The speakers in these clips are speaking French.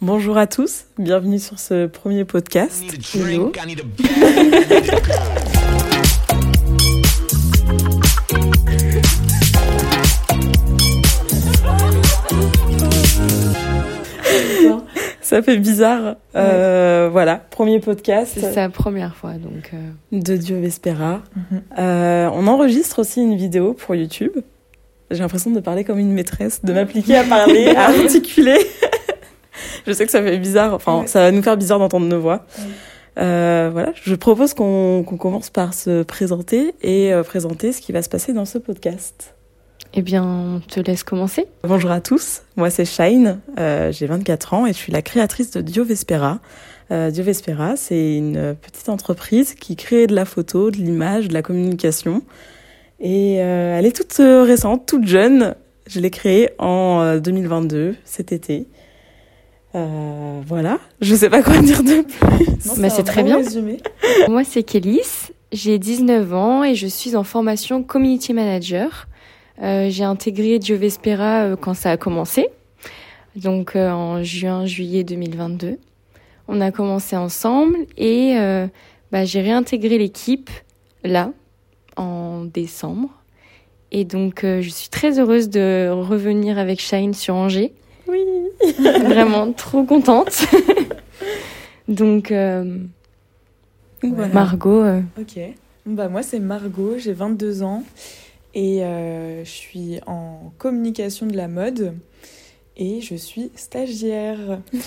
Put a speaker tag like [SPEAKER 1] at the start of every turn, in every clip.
[SPEAKER 1] Bonjour à tous, bienvenue sur ce premier podcast.
[SPEAKER 2] need a
[SPEAKER 1] Hello.
[SPEAKER 2] drink. I need a bag. I need a girl.
[SPEAKER 1] Ça fait bizarre. Euh, Voilà, premier podcast
[SPEAKER 3] C'est sa première fois, donc euh,
[SPEAKER 1] de Dio Vespera. Euh, on enregistre aussi une vidéo pour YouTube. J'ai l'impression de parler comme une maîtresse, de m'appliquer à parler, à articuler. je sais que ça fait bizarre, enfin,
[SPEAKER 4] Ouais.
[SPEAKER 1] ça va nous faire bizarre d'entendre nos voix. Euh, voilà, je propose qu'on qu'on commence par se présenter et euh, présenter ce qui va se passer dans ce podcast.
[SPEAKER 3] eh bien, on te laisse commencer.
[SPEAKER 1] Bonjour à tous, moi c'est Shine, euh, j'ai 24 ans et je suis la créatrice de Dio Vespera. Euh, Dio Vespera, c'est une petite entreprise qui crée de la photo, de l'image, de la communication. Et euh, elle est toute euh, récente, toute jeune. Je l'ai créée en euh, 2022, cet été. Euh, voilà, je sais pas quoi dire de plus.
[SPEAKER 3] Mais c'est très bien.
[SPEAKER 4] Résumé.
[SPEAKER 3] Moi, c'est Kélis, j'ai 19 ans et je suis en formation community manager. Euh, j'ai intégré Dio Vespera euh, quand ça a commencé, donc euh, en juin-juillet 2022. On a commencé ensemble et euh, bah, j'ai réintégré l'équipe là, en décembre. Et donc, euh, je suis très heureuse de revenir avec Shine sur Angers.
[SPEAKER 1] Oui.
[SPEAKER 3] Vraiment trop contente. Donc, euh,
[SPEAKER 1] Voilà.
[SPEAKER 3] Margot, euh,
[SPEAKER 4] Ok. Bah, moi, c'est Margot, j'ai 22 ans et euh, je suis en communication de la mode et je suis stagiaire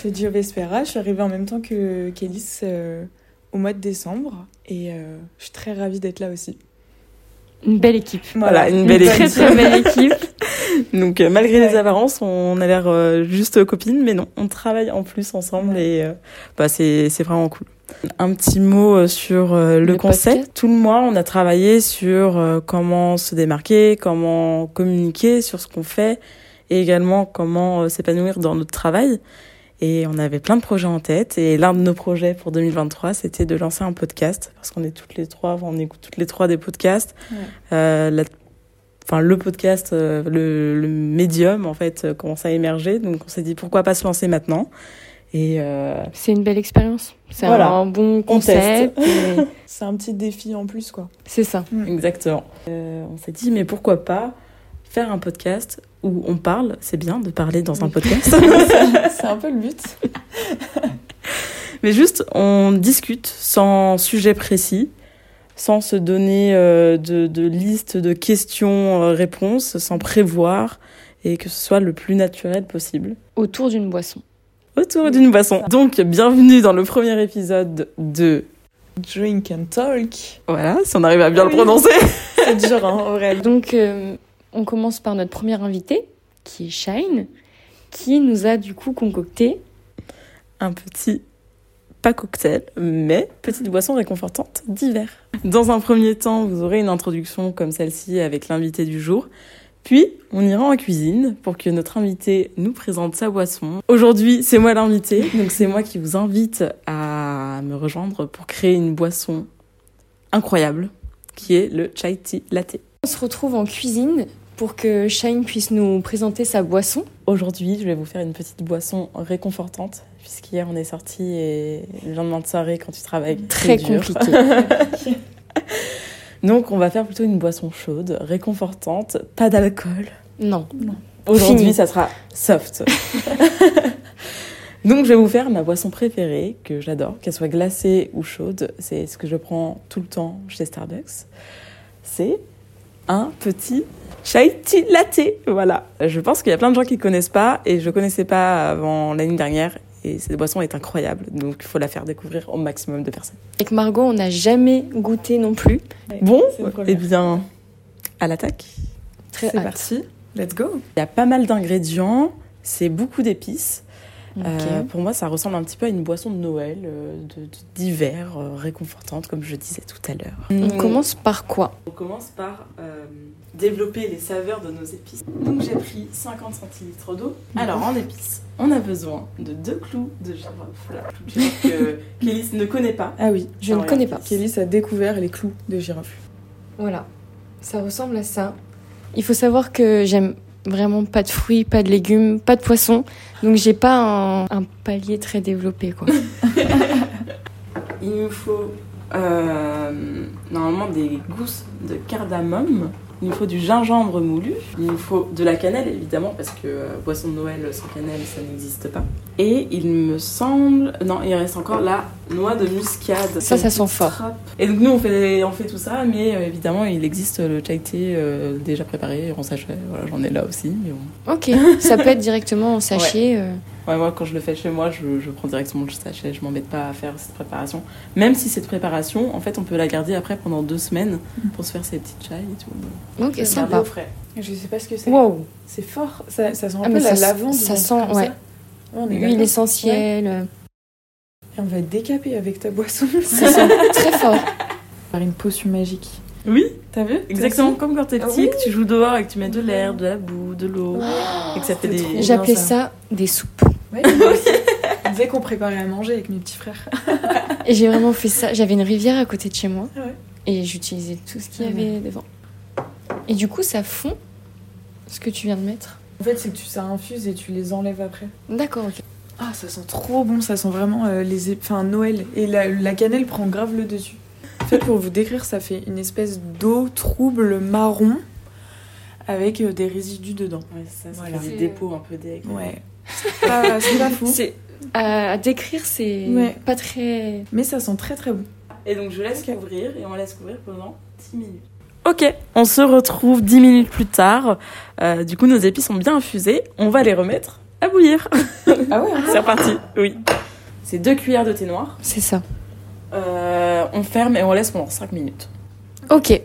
[SPEAKER 4] chez Dio Vespera. Je suis arrivée en même temps que Kélis euh, au mois de décembre et euh, je suis très ravie d'être là aussi.
[SPEAKER 3] une belle équipe.
[SPEAKER 1] Voilà, une belle
[SPEAKER 4] bonne
[SPEAKER 1] équipe.
[SPEAKER 3] très très belle équipe.
[SPEAKER 1] Donc euh, malgré les
[SPEAKER 4] Ouais.
[SPEAKER 1] avarances, on a l'air euh, juste copines, mais non, on travaille en plus ensemble
[SPEAKER 4] Ouais.
[SPEAKER 1] et euh, bah, c'est c'est vraiment cool. Un petit mot euh, sur euh, le,
[SPEAKER 3] Le
[SPEAKER 1] concept.
[SPEAKER 3] podcast.
[SPEAKER 1] Tout le mois, on a travaillé sur euh, comment se démarquer, comment communiquer sur ce qu'on fait et également comment euh, s'épanouir dans notre travail. Et on avait plein de projets en tête. Et l'un de nos projets pour 2023, c'était de lancer un podcast parce qu'on est toutes les trois, enfin, on écoute toutes les trois des podcasts.
[SPEAKER 4] Ouais.
[SPEAKER 1] Euh, la- enfin, le podcast, euh, le, le médium en fait, euh, commence à émerger. Donc on s'est dit pourquoi pas se lancer maintenant. Et euh,
[SPEAKER 3] C'est une belle expérience. C'est
[SPEAKER 1] Voilà.
[SPEAKER 3] un bon concept. et
[SPEAKER 4] C'est un petit défi en plus, quoi.
[SPEAKER 3] C'est ça.
[SPEAKER 1] Exactement. Euh, on s'est dit, mais pourquoi pas faire un podcast où on parle C'est bien de parler dans un
[SPEAKER 4] Oui.
[SPEAKER 1] podcast.
[SPEAKER 4] c'est un peu le but.
[SPEAKER 1] mais juste, on discute sans sujet précis, sans se donner euh, de, de liste de questions-réponses, sans prévoir, et que ce soit le plus naturel possible.
[SPEAKER 3] Autour d'une boisson.
[SPEAKER 1] Autour d'une boisson. Donc, bienvenue dans le premier épisode de...
[SPEAKER 4] Drink and talk.
[SPEAKER 1] Voilà, si on arrive à bien le
[SPEAKER 4] Oui.
[SPEAKER 1] prononcer.
[SPEAKER 4] C'est dur, hein, Aurèle.
[SPEAKER 3] Donc, euh, on commence par notre première invitée, qui est Shine, qui nous a du coup concocté.
[SPEAKER 1] un petit pas cocktail, mais petite boisson réconfortante d'hiver. Dans un premier temps, vous aurez une introduction comme celle-ci avec l'invité du jour. Puis, on ira en cuisine pour que notre invité nous présente sa boisson. Aujourd'hui, c'est moi l'invité, donc c'est moi qui vous invite à me rejoindre pour créer une boisson incroyable qui est le chai tea latte.
[SPEAKER 3] On se retrouve en cuisine pour que Shine puisse nous présenter sa boisson.
[SPEAKER 1] Aujourd'hui, je vais vous faire une petite boisson réconfortante, puisqu'hier on est sorti et le lendemain de soirée, quand tu travailles,
[SPEAKER 3] Très
[SPEAKER 1] c'est dur.
[SPEAKER 3] compliquée.
[SPEAKER 1] Donc, on va faire plutôt une boisson chaude, réconfortante, pas d'alcool.
[SPEAKER 3] non.
[SPEAKER 1] Aujourd'hui,
[SPEAKER 3] Fini.
[SPEAKER 1] ça sera soft. Donc, je vais vous faire ma boisson préférée que j'adore, qu'elle soit glacée ou chaude. C'est ce que je prends tout le temps chez Starbucks. C'est un petit chai tea latte. Voilà. Je pense qu'il y a plein de gens qui ne connaissent pas et je ne connaissais pas avant l'année dernière. Et cette boisson est incroyable. Donc, il faut la faire découvrir au maximum de personnes.
[SPEAKER 3] Avec Margot, on n'a jamais goûté non plus.
[SPEAKER 1] Bon,
[SPEAKER 4] c'est une première.
[SPEAKER 1] eh bien, à l'attaque.
[SPEAKER 3] Très
[SPEAKER 4] C'est
[SPEAKER 3] hâte.
[SPEAKER 4] parti. Let's go.
[SPEAKER 1] Il y a pas mal d'ingrédients, c'est beaucoup d'épices.
[SPEAKER 3] Ok.
[SPEAKER 1] Euh, pour moi, ça ressemble un petit peu à une boisson de Noël, euh, de- de- d'hiver, euh, réconfortante, comme je disais tout à l'heure.
[SPEAKER 3] On commence par quoi
[SPEAKER 1] On commence par euh, développer les saveurs de nos épices. Donc j'ai pris 50 centilitres d'eau.
[SPEAKER 3] Mhm.
[SPEAKER 1] Alors en épices, on a besoin de deux clous de girofle. Clous de girofle que Kélis ne connaît pas.
[SPEAKER 4] Ah oui,
[SPEAKER 3] Je ne
[SPEAKER 1] Rien.
[SPEAKER 3] connais pas.
[SPEAKER 4] Kélis a découvert les clous de girofle.
[SPEAKER 3] Voilà, ça ressemble à ça. Il faut savoir que j'aime Vraiment pas de fruits, pas de légumes, pas de poissons. Donc j'ai pas un, un palier très développé quoi.
[SPEAKER 1] Il nous faut euh, normalement des gousses de cardamome. Il nous faut du gingembre moulu. Il nous faut de la cannelle, évidemment, parce que euh, boisson de Noël sans cannelle, ça n'existe pas. Et il me semble. Non, il reste encore la noix de muscade.
[SPEAKER 3] Ça, ça sent fort.
[SPEAKER 1] Frappe. Et donc, nous, on fait, on fait tout ça, mais euh, évidemment, il existe le chai thé euh, déjà préparé en sachet. Voilà, j'en ai là aussi. Mais bon.
[SPEAKER 3] Ok, ça peut être directement en sachet. euh,
[SPEAKER 1] Ouais, moi, quand je le fais chez moi, je, je prends directement le sachet. Je m'embête pas à faire cette préparation. Même si cette préparation, en fait, on peut la garder après pendant deux semaines pour se faire ses petites chai et tout.
[SPEAKER 3] Ok, sympa.
[SPEAKER 1] frais.
[SPEAKER 4] Je sais pas ce que c'est.
[SPEAKER 3] Wow.
[SPEAKER 4] C'est fort. Ça, ça sent un
[SPEAKER 3] Ah,
[SPEAKER 4] peu
[SPEAKER 3] mais
[SPEAKER 4] la
[SPEAKER 3] ça,
[SPEAKER 4] lavande.
[SPEAKER 3] ça
[SPEAKER 4] ou un
[SPEAKER 3] sent,
[SPEAKER 4] truc comme
[SPEAKER 3] ouais.
[SPEAKER 4] ça. Ouais, on est
[SPEAKER 3] Huile
[SPEAKER 4] d'accord.
[SPEAKER 3] essentielle. euh,
[SPEAKER 4] Et on va être décapé avec ta boisson.
[SPEAKER 3] Ça sent très fort.
[SPEAKER 4] Par une potion magique.
[SPEAKER 1] Oui,
[SPEAKER 4] T'as vu
[SPEAKER 1] exactement comme quand t'es
[SPEAKER 4] Ah
[SPEAKER 1] petit,
[SPEAKER 4] oui.
[SPEAKER 1] que tu joues dehors et que tu mets de l'air, de la boue, de l'eau. et que ça fait
[SPEAKER 4] Oh, c'est
[SPEAKER 1] des.
[SPEAKER 4] trop bien.
[SPEAKER 3] J'appelais
[SPEAKER 4] ça.
[SPEAKER 3] ça des soupes.
[SPEAKER 4] Ouais, moi aussi. On disait qu'on préparait à manger avec mes petits frères.
[SPEAKER 3] Et j'ai vraiment fait ça. J'avais une rivière à côté de chez moi.
[SPEAKER 4] Ah ouais.
[SPEAKER 3] Et j'utilisais tout ce qu'il y
[SPEAKER 4] Ah
[SPEAKER 3] avait devant. Et du coup, ça fond ce que tu viens de mettre.
[SPEAKER 4] En fait, c'est que tu ça infuse et tu les enlèves après.
[SPEAKER 3] D'accord, ok.
[SPEAKER 4] Ah, ça sent trop bon, ça sent vraiment euh, les ép- enfin Noël et la, la cannelle prend grave le dessus. En fait, pour vous décrire, ça fait une espèce d'eau trouble marron avec euh, des résidus dedans.
[SPEAKER 1] Ouais, c'est ça, ça
[SPEAKER 4] Voilà.
[SPEAKER 1] fait des
[SPEAKER 3] C'est-
[SPEAKER 1] dépôts un peu des.
[SPEAKER 4] Ouais. C'est pas, c'est pas fou.
[SPEAKER 3] C'est à, à décrire, c'est
[SPEAKER 4] Ouais.
[SPEAKER 3] pas très.
[SPEAKER 4] Mais ça sent très très bon.
[SPEAKER 1] Et donc je laisse
[SPEAKER 4] Ok.
[SPEAKER 1] couvrir et on laisse couvrir pendant 10 minutes. Ok, on se retrouve 10 minutes plus tard. Euh, du coup, nos épices sont bien infusées. On va les remettre à bouillir.
[SPEAKER 4] Ah ouais. hein
[SPEAKER 1] C'est reparti, oui. C'est deux cuillères de thé noir.
[SPEAKER 3] C'est ça.
[SPEAKER 1] Euh, on ferme et on laisse pendant 5 minutes.
[SPEAKER 3] Ok.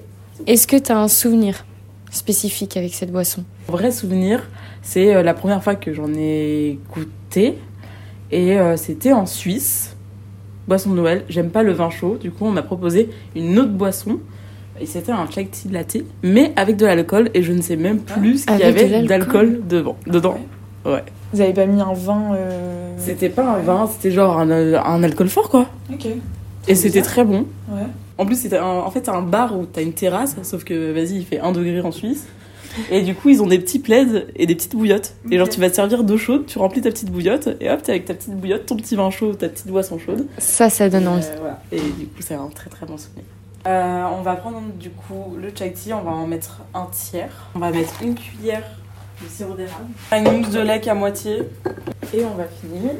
[SPEAKER 3] Est-ce que t'as un souvenir spécifique avec cette boisson
[SPEAKER 1] Mon vrai souvenir, c'est euh, la première fois que j'en ai goûté. Et euh, c'était en Suisse. Boisson de Noël. J'aime pas le vin chaud. Du coup, on m'a proposé une autre boisson. Et c'était un chai tea latte, mais avec de l'alcool. Et je ne sais même plus ce qu'il y
[SPEAKER 3] Ah, Avec de
[SPEAKER 1] avait
[SPEAKER 3] l'alcool. Ah
[SPEAKER 1] d'alcool devant, dedans.
[SPEAKER 4] Vous avez pas mis un vin. euh,
[SPEAKER 1] C'était pas un vin, c'était genre un, euh, un alcool fort, quoi.
[SPEAKER 4] Ok.
[SPEAKER 1] Et c'était
[SPEAKER 4] bizarre.
[SPEAKER 1] très bon.
[SPEAKER 4] Ouais.
[SPEAKER 1] En plus, c'était un- en fait, c'est un bar où t'as une terrasse, sauf que, vas-y, il fait 1 degré en Suisse. Et du coup, ils ont des petits plaids et des petites bouillottes. Et genre,
[SPEAKER 4] Ok.
[SPEAKER 1] tu vas te servir d'eau chaude, tu remplis ta petite bouillotte, et hop, t'es avec ta petite bouillotte, ton petit vin chaud, ta petite boisson chaude.
[SPEAKER 3] Ça, ça donne
[SPEAKER 1] Et, euh,
[SPEAKER 3] envie.
[SPEAKER 1] voilà. Et du coup, c'est un très très bon souvenir. Euh, on va prendre du coup le chai tea, on va en mettre un tiers. On va mettre une cuillère de sirop d'érable. Une mousse de lait à moitié. Et on va finir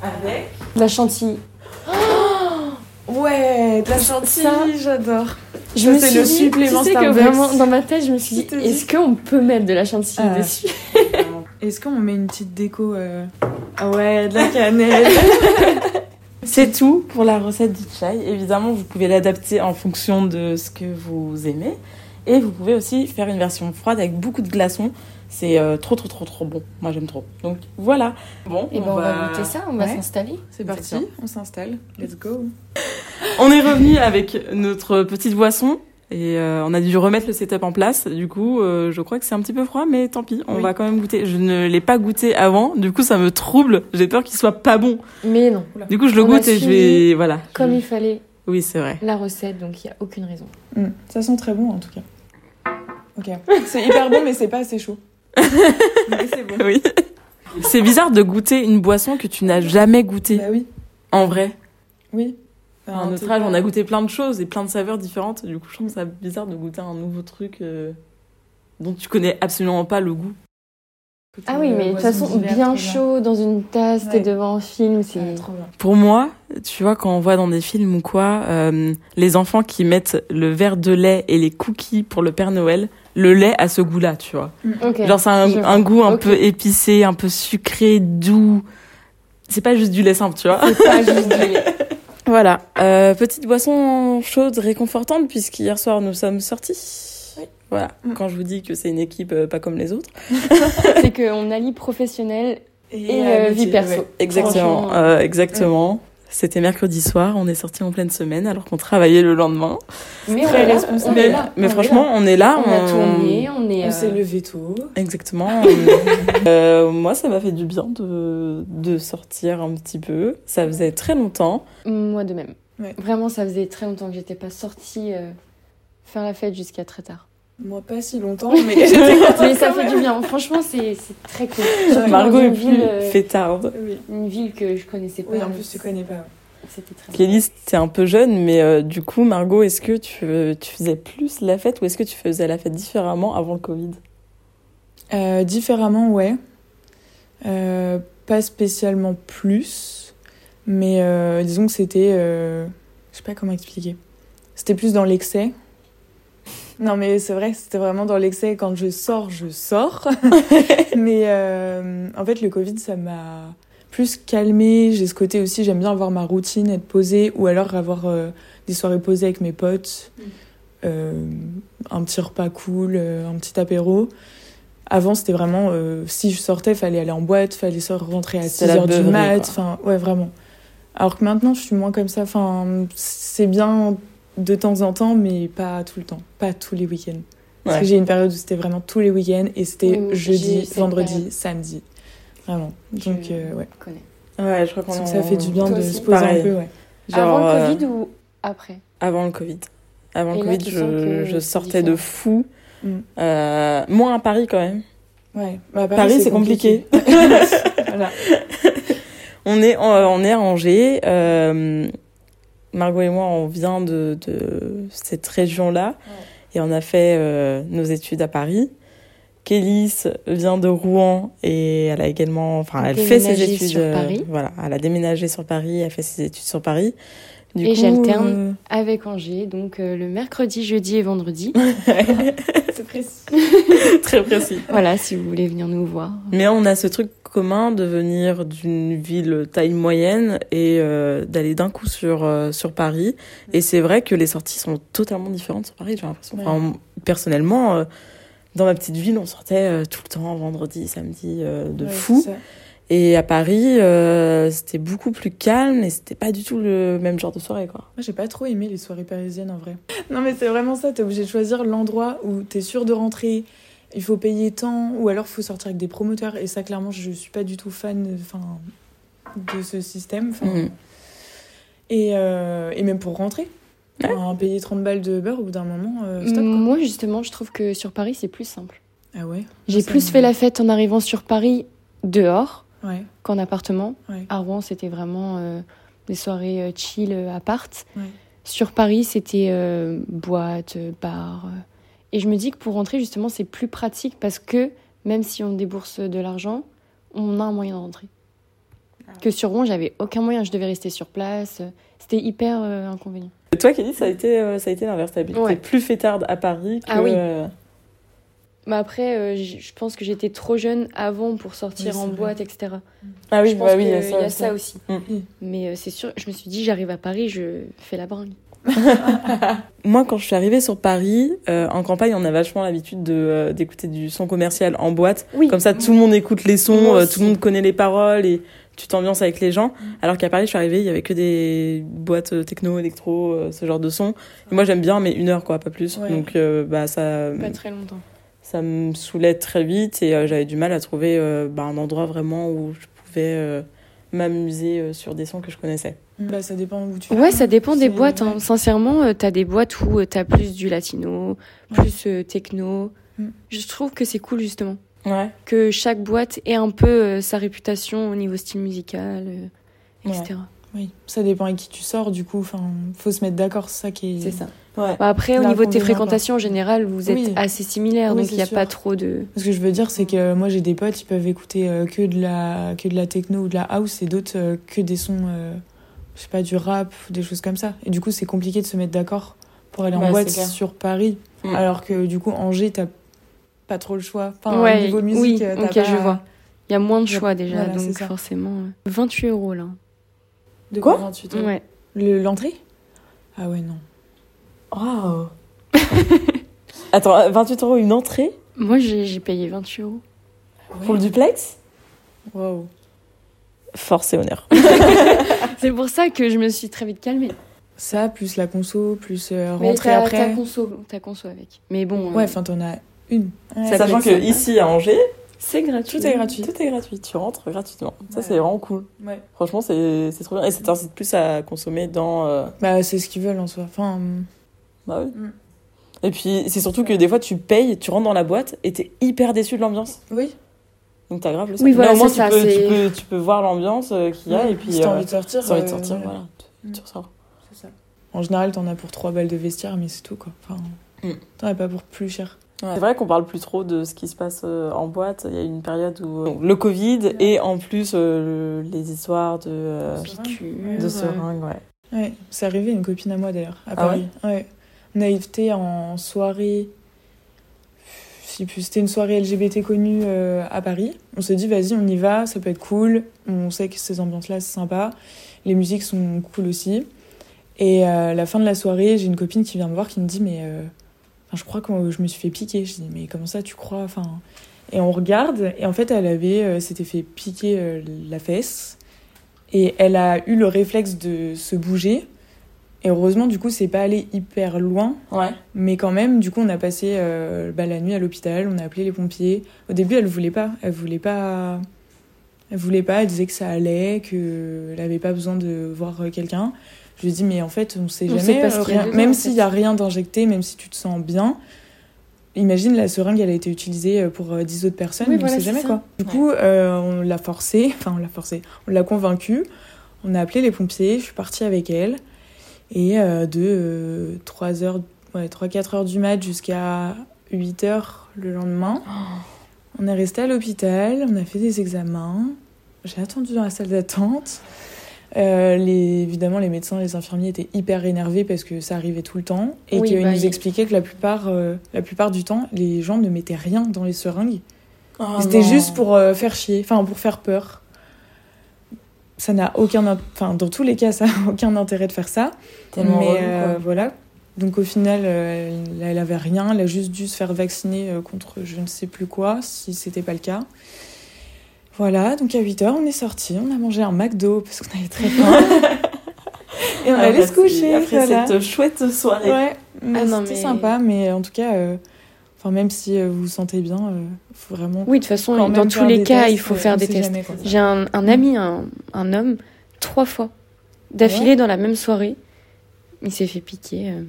[SPEAKER 1] avec
[SPEAKER 3] La chantilly.
[SPEAKER 4] Ouais, la
[SPEAKER 3] Ça-
[SPEAKER 4] chantilly, j'adore.
[SPEAKER 3] Je
[SPEAKER 4] Ça,
[SPEAKER 3] me
[SPEAKER 4] c'est
[SPEAKER 3] suis
[SPEAKER 4] le
[SPEAKER 3] dit,
[SPEAKER 4] supplément
[SPEAKER 3] tu sais que
[SPEAKER 4] Starbucks.
[SPEAKER 3] vraiment dans ma tête, je me suis
[SPEAKER 4] Je
[SPEAKER 3] dit,
[SPEAKER 4] te dis.
[SPEAKER 3] est-ce qu'on peut mettre de la chantilly
[SPEAKER 4] Ah.
[SPEAKER 3] dessus
[SPEAKER 1] euh,
[SPEAKER 4] Est-ce qu'on met une petite déco euh, Ah ouais, de la cannelle.
[SPEAKER 1] C'est tout pour la recette du chai. Évidemment, vous pouvez l'adapter en fonction de ce que vous aimez. Et vous pouvez aussi faire une version froide avec beaucoup de glaçons. C'est euh, trop, trop, trop, trop bon. Moi, j'aime trop. Donc voilà. Bon,
[SPEAKER 3] Et ben on va
[SPEAKER 4] Bah,
[SPEAKER 3] goûter ça, on va
[SPEAKER 1] Ouais.
[SPEAKER 3] s'installer.
[SPEAKER 4] C'est parti, on s'installe. Let's go.
[SPEAKER 1] On est revenu avec notre petite boisson. Et euh, on a dû remettre le setup en place. Du coup, euh, je crois que c'est un petit peu froid, mais tant pis, on
[SPEAKER 4] Oui.
[SPEAKER 1] va quand même goûter. Je ne l'ai pas goûté avant, du coup, ça me trouble. J'ai peur qu'il soit pas bon.
[SPEAKER 3] Mais non,
[SPEAKER 1] Du coup, je le
[SPEAKER 3] On a
[SPEAKER 1] goûte et je
[SPEAKER 3] suivi
[SPEAKER 1] vais. Voilà.
[SPEAKER 3] comme il fallait
[SPEAKER 1] Oui, c'est vrai.
[SPEAKER 3] la recette, donc il n'y a aucune raison.
[SPEAKER 4] Mm, Ça sent très bon en tout cas. Ok. C'est hyper bon, mais c'est pas assez chaud. mais c'est bon.
[SPEAKER 1] Oui. C'est bizarre de goûter une boisson que tu n'as jamais goûtée,
[SPEAKER 4] Bah oui,
[SPEAKER 1] en vrai.
[SPEAKER 4] oui.
[SPEAKER 1] À notre âge, on a goûté plein de choses et plein de saveurs différentes. Du coup, je trouve ça bizarre de goûter un nouveau truc euh, dont tu connais absolument pas le goût.
[SPEAKER 3] Ah oui, mais de toute façon, bien chaud dans une tasse, t'es
[SPEAKER 4] Ouais.
[SPEAKER 3] devant un film, c'est.
[SPEAKER 4] Ah, trop bien.
[SPEAKER 1] Pour moi, tu vois, quand on voit dans des films ou quoi, euh, les enfants qui mettent le verre de lait et les cookies pour le Père Noël, le lait a ce goût-là, tu vois.
[SPEAKER 3] Ok.
[SPEAKER 1] Genre, c'est un,
[SPEAKER 3] je vois.
[SPEAKER 1] un goût un
[SPEAKER 3] Ok.
[SPEAKER 1] peu épicé, un peu sucré, doux. C'est pas juste du lait simple, tu vois.
[SPEAKER 3] C'est pas juste du lait.
[SPEAKER 1] Voilà, Euh, petite boisson chaude réconfortante puisqu'hier soir nous sommes sortis.
[SPEAKER 4] Oui.
[SPEAKER 1] Voilà,
[SPEAKER 4] Mm.
[SPEAKER 1] quand je vous dis que c'est une équipe euh, pas comme les autres.
[SPEAKER 3] C'est qu'on allie professionnel et, euh, vie perso.
[SPEAKER 1] Exactement,
[SPEAKER 3] Franchement,
[SPEAKER 1] euh, exactement. C'était mercredi soir, on est sorti en pleine semaine alors qu'on travaillait le lendemain.
[SPEAKER 3] Mais on
[SPEAKER 4] très
[SPEAKER 3] est là,
[SPEAKER 4] responsable.
[SPEAKER 3] on est
[SPEAKER 1] mais
[SPEAKER 3] là,
[SPEAKER 1] mais
[SPEAKER 4] on est
[SPEAKER 1] franchement, on est là.
[SPEAKER 3] on a tourné, on est.
[SPEAKER 4] Ah, On s'est
[SPEAKER 3] euh,
[SPEAKER 4] levé tôt.
[SPEAKER 1] Exactement. on- Euh, moi, ça m'a fait du bien de, de sortir un petit peu. Ça faisait très longtemps.
[SPEAKER 3] Moi de même.
[SPEAKER 4] Ouais.
[SPEAKER 3] Vraiment, ça faisait très longtemps que j'étais pas sortie euh, faire la fête jusqu'à très tard.
[SPEAKER 4] Moi, pas si longtemps, mais j'étais contente
[SPEAKER 3] Mais ça
[SPEAKER 4] quand
[SPEAKER 3] fait
[SPEAKER 4] même.
[SPEAKER 3] du bien. Franchement, c'est c'est très cool. Surtout
[SPEAKER 1] Margot
[SPEAKER 3] dans
[SPEAKER 1] est
[SPEAKER 3] une
[SPEAKER 1] plus
[SPEAKER 3] ville, euh,
[SPEAKER 1] fêtarde.
[SPEAKER 4] Oui.
[SPEAKER 3] une ville que je connaissais pas.
[SPEAKER 4] Oui, en plus, tu connais pas.
[SPEAKER 3] C'était très bien.
[SPEAKER 1] Clélis, t'es un peu jeune, mais euh, du coup, Margot, est-ce que tu, tu faisais plus la fête ou est-ce que tu faisais la fête différemment avant le Covid
[SPEAKER 4] Euh, différemment, ouais. Euh, pas spécialement plus, mais euh, disons que c'était. euh, je sais pas comment expliquer. C'était plus dans l'excès. Non, mais c'est vrai, c'était vraiment dans l'excès. Quand je sors, je sors. mais euh, en fait, le Covid, ça m'a plus calmée. J'ai ce côté aussi, j'aime bien avoir ma routine, être posée, ou alors avoir euh, des soirées posées avec mes potes,
[SPEAKER 1] Mm.
[SPEAKER 4] Euh, un petit repas cool, euh, un petit apéro. Avant, c'était vraiment euh, si je sortais, fallait aller en boîte, fallait sor- rentrer à
[SPEAKER 1] C'était la
[SPEAKER 4] 6h du
[SPEAKER 1] beuverie,
[SPEAKER 4] mat.
[SPEAKER 1] quoi.
[SPEAKER 4] Enfin, ouais, vraiment. Alors que maintenant, je suis moins comme ça. Enfin, c'est bien de temps en temps, mais pas tout le temps, pas tous les week-ends. Parce
[SPEAKER 1] Ouais.
[SPEAKER 4] que j'ai une période où c'était vraiment tous les week-ends et c'était
[SPEAKER 3] Oui, oui, j'ai eu
[SPEAKER 4] jeudi,
[SPEAKER 3] cette
[SPEAKER 4] vendredi,
[SPEAKER 3] période.
[SPEAKER 4] samedi. Vraiment.
[SPEAKER 3] Je-
[SPEAKER 4] Donc, euh, ouais.
[SPEAKER 3] Je connais.
[SPEAKER 1] Ouais, je crois qu'on
[SPEAKER 4] Donc
[SPEAKER 1] en-
[SPEAKER 4] ça fait du bien
[SPEAKER 3] Toi
[SPEAKER 4] de
[SPEAKER 3] aussi.
[SPEAKER 4] se poser
[SPEAKER 1] Pareil.
[SPEAKER 4] un peu, ouais.
[SPEAKER 1] Genre,
[SPEAKER 3] Avant
[SPEAKER 1] euh,
[SPEAKER 3] le Covid ou après
[SPEAKER 1] Avant le Covid. Avant le
[SPEAKER 3] Et là,
[SPEAKER 1] Covid,
[SPEAKER 3] tu sens
[SPEAKER 1] je,
[SPEAKER 3] que
[SPEAKER 1] je
[SPEAKER 3] c'est
[SPEAKER 1] sortais de
[SPEAKER 3] différent.
[SPEAKER 1] fou.
[SPEAKER 4] Mm.
[SPEAKER 1] Euh, moins à Paris quand même.
[SPEAKER 4] Ouais. Bah,
[SPEAKER 1] Paris, c'est compliqué.
[SPEAKER 4] voilà.
[SPEAKER 1] On est, en- on est à Angers. euh, Margot et moi, on vient de, de cette région-là et on a fait euh, nos études à Paris. Kélis vient de Rouen et elle a également, enfin, elle fait ses
[SPEAKER 3] Déménagé
[SPEAKER 1] études
[SPEAKER 3] sur
[SPEAKER 1] euh,
[SPEAKER 3] Paris.
[SPEAKER 1] voilà, elle a déménagé sur Paris, elle fait ses études sur Paris. Du
[SPEAKER 3] Et j'alterne.
[SPEAKER 1] euh,
[SPEAKER 3] Avec Angers, donc euh, le mercredi, jeudi et vendredi.
[SPEAKER 4] C'est précis.
[SPEAKER 1] euh, très précis.
[SPEAKER 3] voilà, si vous voulez venir nous voir.
[SPEAKER 1] Mais on a ce truc commun de venir d'une ville taille moyenne et euh, d'aller d'un coup sur, euh, sur Paris.
[SPEAKER 3] Mm.
[SPEAKER 1] Et c'est vrai que les sorties sont totalement différentes sur Paris, j'ai l'impression. Enfin, on- personnellement, euh, dans ma petite ville, on sortait euh, tout le temps, vendredi, samedi, euh, de
[SPEAKER 4] Ouais,
[SPEAKER 1] fou.
[SPEAKER 4] c'est ça.
[SPEAKER 1] Et à Paris, euh, c'était beaucoup plus calme et c'était pas du tout le même genre de soirée, quoi.
[SPEAKER 4] Moi, j'ai pas trop aimé les soirées parisiennes en vrai. Non, mais c'est vraiment ça. T'es obligé de choisir l'endroit où t'es sûr de rentrer. Il faut payer tant, ou alors faut sortir avec des promoteurs. Et ça, clairement, je suis pas du tout fan enfin, de ce système. Enfin,
[SPEAKER 1] Mhm.
[SPEAKER 4] et, euh, et même pour rentrer. Enfin, payer 30 balles de beurre au bout d'un moment, euh, stop quoi.
[SPEAKER 3] Moi, justement, je trouve que sur Paris, c'est plus simple.
[SPEAKER 4] Ah ouais
[SPEAKER 3] J'ai
[SPEAKER 4] Ça
[SPEAKER 3] plus
[SPEAKER 4] me-
[SPEAKER 3] fait la fête en arrivant sur Paris dehors
[SPEAKER 4] Ouais,
[SPEAKER 3] qu'en appartement.
[SPEAKER 4] ouais.
[SPEAKER 3] À Rouen, c'était vraiment euh, des soirées euh, chill euh, appart.
[SPEAKER 4] Ouais.
[SPEAKER 3] Sur Paris, c'était euh, boîte, euh, bar. euh. Et je me dis que pour rentrer, justement, c'est plus pratique parce que même si on débourse de l'argent, on a un moyen de rentrer. Que sur Rouen, j'avais aucun moyen. Je devais rester sur place. euh, C'était hyper euh, inconvénient.
[SPEAKER 1] Et Toi, Kelly, ça a été, euh, ça a été l'inverse. T'as
[SPEAKER 3] Ouais.
[SPEAKER 1] été plus fêtarde à Paris que...
[SPEAKER 3] Ah oui.
[SPEAKER 1] euh,
[SPEAKER 3] Mais après, euh, j- je pense que j'étais trop jeune avant pour sortir
[SPEAKER 4] Oui, c'est
[SPEAKER 3] en
[SPEAKER 4] vrai.
[SPEAKER 3] boîte, etc.
[SPEAKER 1] Ah oui,
[SPEAKER 3] je pense
[SPEAKER 1] bah
[SPEAKER 3] qu'il
[SPEAKER 1] oui,
[SPEAKER 3] y a ça,
[SPEAKER 1] aussi.
[SPEAKER 3] aussi.
[SPEAKER 1] Mm.
[SPEAKER 3] Mais euh, c'est sûr, je me suis dit, j'arrive à Paris, je fais la bringue.
[SPEAKER 1] Moi, quand je suis arrivée sur Paris, euh, en campagne, on a vachement l'habitude de, euh, d'écouter du son commercial en boîte.
[SPEAKER 3] Oui.
[SPEAKER 1] Comme ça, tout le monde écoute les sons,
[SPEAKER 3] Moi
[SPEAKER 1] euh,
[SPEAKER 3] aussi. Mm.
[SPEAKER 1] tout le monde connaît les paroles et tu t'ambiances avec les gens. Alors qu'à Paris, je suis arrivée, il y avait que des boîtes euh, techno, électro, euh, ce genre de son. Et moi, j'aime bien, mais une heure, quoi, pas plus.
[SPEAKER 4] Ouais.
[SPEAKER 1] Donc, euh, bah, ça,
[SPEAKER 3] Pas très longtemps.
[SPEAKER 1] ça me saoulait très vite et euh, j'avais du mal à trouver euh, bah, un endroit vraiment où je pouvais euh, m'amuser euh, sur des sons que je connaissais.
[SPEAKER 4] Bah, ça dépend où tu vas.
[SPEAKER 3] Mhm. Ouais, ça dépend
[SPEAKER 4] C'est-
[SPEAKER 3] des boîtes. hein.
[SPEAKER 4] ouais.
[SPEAKER 3] Sincèrement, euh, t'as des boîtes où euh, t'as plus du latino, plus euh, techno.
[SPEAKER 4] Mm.
[SPEAKER 3] Je trouve que c'est cool, justement.
[SPEAKER 1] Ouais.
[SPEAKER 3] Que chaque boîte ait un peu euh, sa réputation au niveau style musical, euh,
[SPEAKER 1] Ouais.
[SPEAKER 3] etc.
[SPEAKER 4] Oui, ça dépend avec qui tu sors, du coup. Enfin, faut se mettre d'accord, c'est ça qui est.
[SPEAKER 3] C'est ça.
[SPEAKER 1] Ouais.
[SPEAKER 3] Bah, après, au
[SPEAKER 4] Là,
[SPEAKER 3] niveau de tes
[SPEAKER 4] convenant, quoi.
[SPEAKER 3] fréquentations, en général, vous êtes
[SPEAKER 4] hein. Oui.
[SPEAKER 3] assez similaires,
[SPEAKER 4] Oui,
[SPEAKER 3] donc il
[SPEAKER 4] c'est
[SPEAKER 3] n'y a
[SPEAKER 4] sûr.
[SPEAKER 3] pas trop de.
[SPEAKER 4] Ce que je veux dire, c'est que euh, moi, j'ai des potes, ils peuvent écouter euh, que, de la, que de la techno ou de la house et d'autres euh, que des sons, euh, je sais pas, du rap ou des choses comme ça. Et du coup, c'est compliqué de se mettre d'accord pour aller en
[SPEAKER 1] Ouais,
[SPEAKER 4] boîte
[SPEAKER 1] c'est clair.
[SPEAKER 4] sur Paris.
[SPEAKER 1] Mm.
[SPEAKER 4] Alors que du coup, Angers, t'as pas trop le choix. Enfin, au
[SPEAKER 3] ouais,
[SPEAKER 4] niveau musique,
[SPEAKER 3] oui,
[SPEAKER 4] euh, t'as
[SPEAKER 3] ok,
[SPEAKER 4] pas-
[SPEAKER 3] je vois. Il y a moins de
[SPEAKER 4] Yep.
[SPEAKER 3] choix déjà,
[SPEAKER 4] Voilà, c'est
[SPEAKER 3] donc
[SPEAKER 4] ça.
[SPEAKER 3] forcément. euh, 28 euros là.
[SPEAKER 4] De
[SPEAKER 1] Quoi
[SPEAKER 4] 28 euros. Le- L'entrée Ah ouais, non.
[SPEAKER 1] Waouh Attends, 28 euros une entrée
[SPEAKER 3] Moi j'ai j'ai payé 28 euros.
[SPEAKER 1] pour le duplex
[SPEAKER 4] Ah Waouh.
[SPEAKER 1] Force et honneur.
[SPEAKER 3] C'est pour ça que je me suis très vite calmée.
[SPEAKER 4] Ça, plus la conso, plus euh,
[SPEAKER 3] Mais
[SPEAKER 4] rentrer
[SPEAKER 3] t'as- T'as
[SPEAKER 4] après.
[SPEAKER 3] conso, t'as conso avec. Mais bon,
[SPEAKER 4] Ouais,
[SPEAKER 3] euh,
[SPEAKER 4] enfin, t'en as une. Ouais.
[SPEAKER 3] Ça
[SPEAKER 1] Sachant
[SPEAKER 3] peut
[SPEAKER 1] que
[SPEAKER 3] être
[SPEAKER 1] ici à Angers,
[SPEAKER 3] c'est gratuit.
[SPEAKER 4] Tout est gratuit.
[SPEAKER 1] tout est gratuit. Tu rentres gratuitement. Ça,
[SPEAKER 4] Ouais.
[SPEAKER 1] c'est vraiment cool.
[SPEAKER 4] Ouais.
[SPEAKER 1] Franchement, c'est c'est trop bien. Et ça t'incite plus à consommer dans. euh,
[SPEAKER 4] euh, Bah, c'est ce qu'ils veulent en soi. Enfin,
[SPEAKER 1] Bah oui.
[SPEAKER 4] Mm.
[SPEAKER 1] Et puis, c'est surtout que des fois, tu payes, tu rentres dans la boîte et t'es hyper déçu de l'ambiance.
[SPEAKER 4] Oui.
[SPEAKER 1] Donc, t'as grave le
[SPEAKER 3] Oui,
[SPEAKER 1] seum.
[SPEAKER 3] voilà,
[SPEAKER 1] Mais au moins,
[SPEAKER 3] c'est
[SPEAKER 1] tu,
[SPEAKER 3] ça,
[SPEAKER 1] peux,
[SPEAKER 3] c'est-
[SPEAKER 1] tu, peux, tu peux voir l'ambiance euh, qu'il y a et puis.
[SPEAKER 4] Mm. si t'as
[SPEAKER 1] euh,
[SPEAKER 4] envie de sortir.
[SPEAKER 1] si t'as envie de
[SPEAKER 4] euh, Mm.
[SPEAKER 1] sortir, voilà. Tu, tu ressors.
[SPEAKER 4] c'est ça. En général, t'en as pour 3 balles de vestiaire, mais c'est tout quoi. Enfin,
[SPEAKER 1] Mm.
[SPEAKER 4] t'en as pas pour plus cher.
[SPEAKER 1] C'est vrai qu'on parle plus trop de ce qui se passe euh, en boîte. Il y a eu une période où euh, donc, le Covid et en plus euh, le- les histoires de euh,
[SPEAKER 3] Piqûres,
[SPEAKER 1] de
[SPEAKER 3] euh,
[SPEAKER 1] seringues, ouais.
[SPEAKER 4] Ouais, c'est arrivé à une copine à moi d'ailleurs, à
[SPEAKER 1] Ah
[SPEAKER 4] Paris. ouais. On a été en soirée. Je sais plus, c'était une soirée LGBT connue euh, à Paris. On s'est dit, vas-y, on y va, ça peut être cool. On sait que ces ambiances-là, c'est sympa. Les musiques sont cool aussi. Et euh, la fin de la soirée, j'ai une copine qui vient me voir qui me dit, mais euh, enfin, je crois que je me suis fait piquer. Je dis, mais comment ça, tu crois enfin, Et on regarde, et en fait, elle avait, euh, s'était fait piquer euh, la fesse. Et elle a eu le réflexe de se bouger. Et heureusement, du coup, c'est pas allé hyper loin.
[SPEAKER 1] Ouais.
[SPEAKER 4] Mais quand même, du coup, on a passé euh, bah, la nuit à l'hôpital, on a appelé les pompiers. Au début, elle voulait pas. Elle voulait pas. Elle voulait pas, elle disait que ça allait, qu'elle avait pas besoin de voir euh, quelqu'un. Je lui ai dit, mais en fait, on sait
[SPEAKER 3] On
[SPEAKER 4] jamais.
[SPEAKER 3] sait pas ce
[SPEAKER 4] euh,
[SPEAKER 3] qu'il y a
[SPEAKER 4] rien-
[SPEAKER 3] dedans, en
[SPEAKER 4] même
[SPEAKER 3] fait.
[SPEAKER 4] s'il y a rien d'injecté, même si tu te sens bien. Imagine, la seringue, elle a été utilisée euh, pour euh, 10 autres personnes,
[SPEAKER 3] Oui,
[SPEAKER 4] mais
[SPEAKER 3] voilà,
[SPEAKER 4] on sait
[SPEAKER 3] c'est
[SPEAKER 4] jamais
[SPEAKER 3] ça.
[SPEAKER 4] quoi. Du coup, euh, on l'a forcée, enfin, on l'a forcée, on l'a convaincue. On a appelé les pompiers, je suis partie avec elle. Et euh, de 3 heures ouais, 3-4 heures du mat jusqu'à 8 heures le lendemain. On est resté à l'hôpital, on a fait des examens. J'ai attendu dans la salle d'attente. Euh, les, évidemment, les médecins et les infirmiers étaient hyper énervés parce que ça arrivait tout le temps et
[SPEAKER 3] Oui,
[SPEAKER 4] qu'ils
[SPEAKER 3] bah,
[SPEAKER 4] nous
[SPEAKER 3] ils-
[SPEAKER 4] expliquaient que la plupart, euh, la plupart du temps, les gens ne mettaient rien dans les seringues.
[SPEAKER 1] Oh
[SPEAKER 3] Oh
[SPEAKER 4] C'était juste pour euh, faire chier, enfin pour faire peur. Ça n'a aucun, int- enfin dans tous les cas, ça n'a aucun intérêt de faire ça.
[SPEAKER 1] Tellement
[SPEAKER 4] Mais
[SPEAKER 1] relou,
[SPEAKER 4] euh,
[SPEAKER 1] quoi.
[SPEAKER 4] voilà. Donc au final, euh, elle- elle avait rien. Elle a juste dû se faire vacciner euh, contre je ne sais plus quoi, si c'était pas le cas. Voilà, donc à 8h, on est sorti, on a mangé un McDo parce qu'on avait très faim. Et on
[SPEAKER 1] Après
[SPEAKER 4] allait se
[SPEAKER 1] ce-
[SPEAKER 4] coucher.
[SPEAKER 1] Ah, Après
[SPEAKER 4] voilà.
[SPEAKER 1] cette chouette soirée.
[SPEAKER 4] Ouais, mais
[SPEAKER 3] Ah non,
[SPEAKER 4] c'était
[SPEAKER 3] mais-
[SPEAKER 4] sympa, mais en tout cas, euh, enfin, même si euh, vous vous sentez bien, euh, faut vraiment.
[SPEAKER 3] Oui, de toute façon,
[SPEAKER 4] quand
[SPEAKER 3] dans
[SPEAKER 4] même
[SPEAKER 3] tous
[SPEAKER 4] faire
[SPEAKER 3] les
[SPEAKER 4] des
[SPEAKER 3] cas,
[SPEAKER 4] tests,
[SPEAKER 3] il faut
[SPEAKER 4] ouais,
[SPEAKER 3] faire
[SPEAKER 4] on
[SPEAKER 3] des
[SPEAKER 4] sait
[SPEAKER 3] tests.
[SPEAKER 4] jamais, quoi.
[SPEAKER 3] J'ai un, un ami, un, un homme, trois fois d'affilée dans la même soirée. Il s'est fait piquer. euh.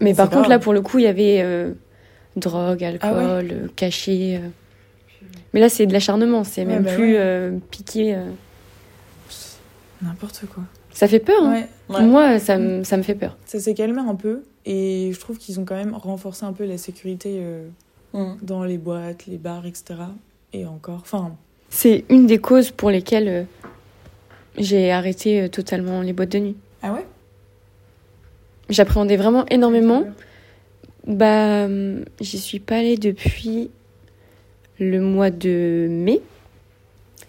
[SPEAKER 3] Mais
[SPEAKER 4] C'est
[SPEAKER 3] par contre,
[SPEAKER 4] grave. Ah
[SPEAKER 3] là, pour le coup, il y avait euh, drogue, alcool, euh, cachet. euh. Mais là, c'est de l'acharnement, c'est
[SPEAKER 4] Ouais,
[SPEAKER 3] même
[SPEAKER 4] bah
[SPEAKER 3] plus
[SPEAKER 4] ouais.
[SPEAKER 3] euh, piqué. euh.
[SPEAKER 4] N'importe quoi.
[SPEAKER 3] Ça fait peur. hein.
[SPEAKER 4] Ouais.
[SPEAKER 1] Ouais.
[SPEAKER 3] Moi, ça me ça me fait peur.
[SPEAKER 4] Ça s'est calmé un peu et je trouve qu'ils ont quand même renforcé un peu la sécurité euh,
[SPEAKER 1] Mm.
[SPEAKER 4] dans les boîtes, les bars, etc. Et encore, enfin,
[SPEAKER 3] C'est une des causes pour lesquelles euh, j'ai arrêté euh, totalement les boîtes de nuit.
[SPEAKER 4] Ah ouais
[SPEAKER 3] J'appréhendais vraiment énormément. Bah, hum, j'y suis pas allée depuis le mois de mai.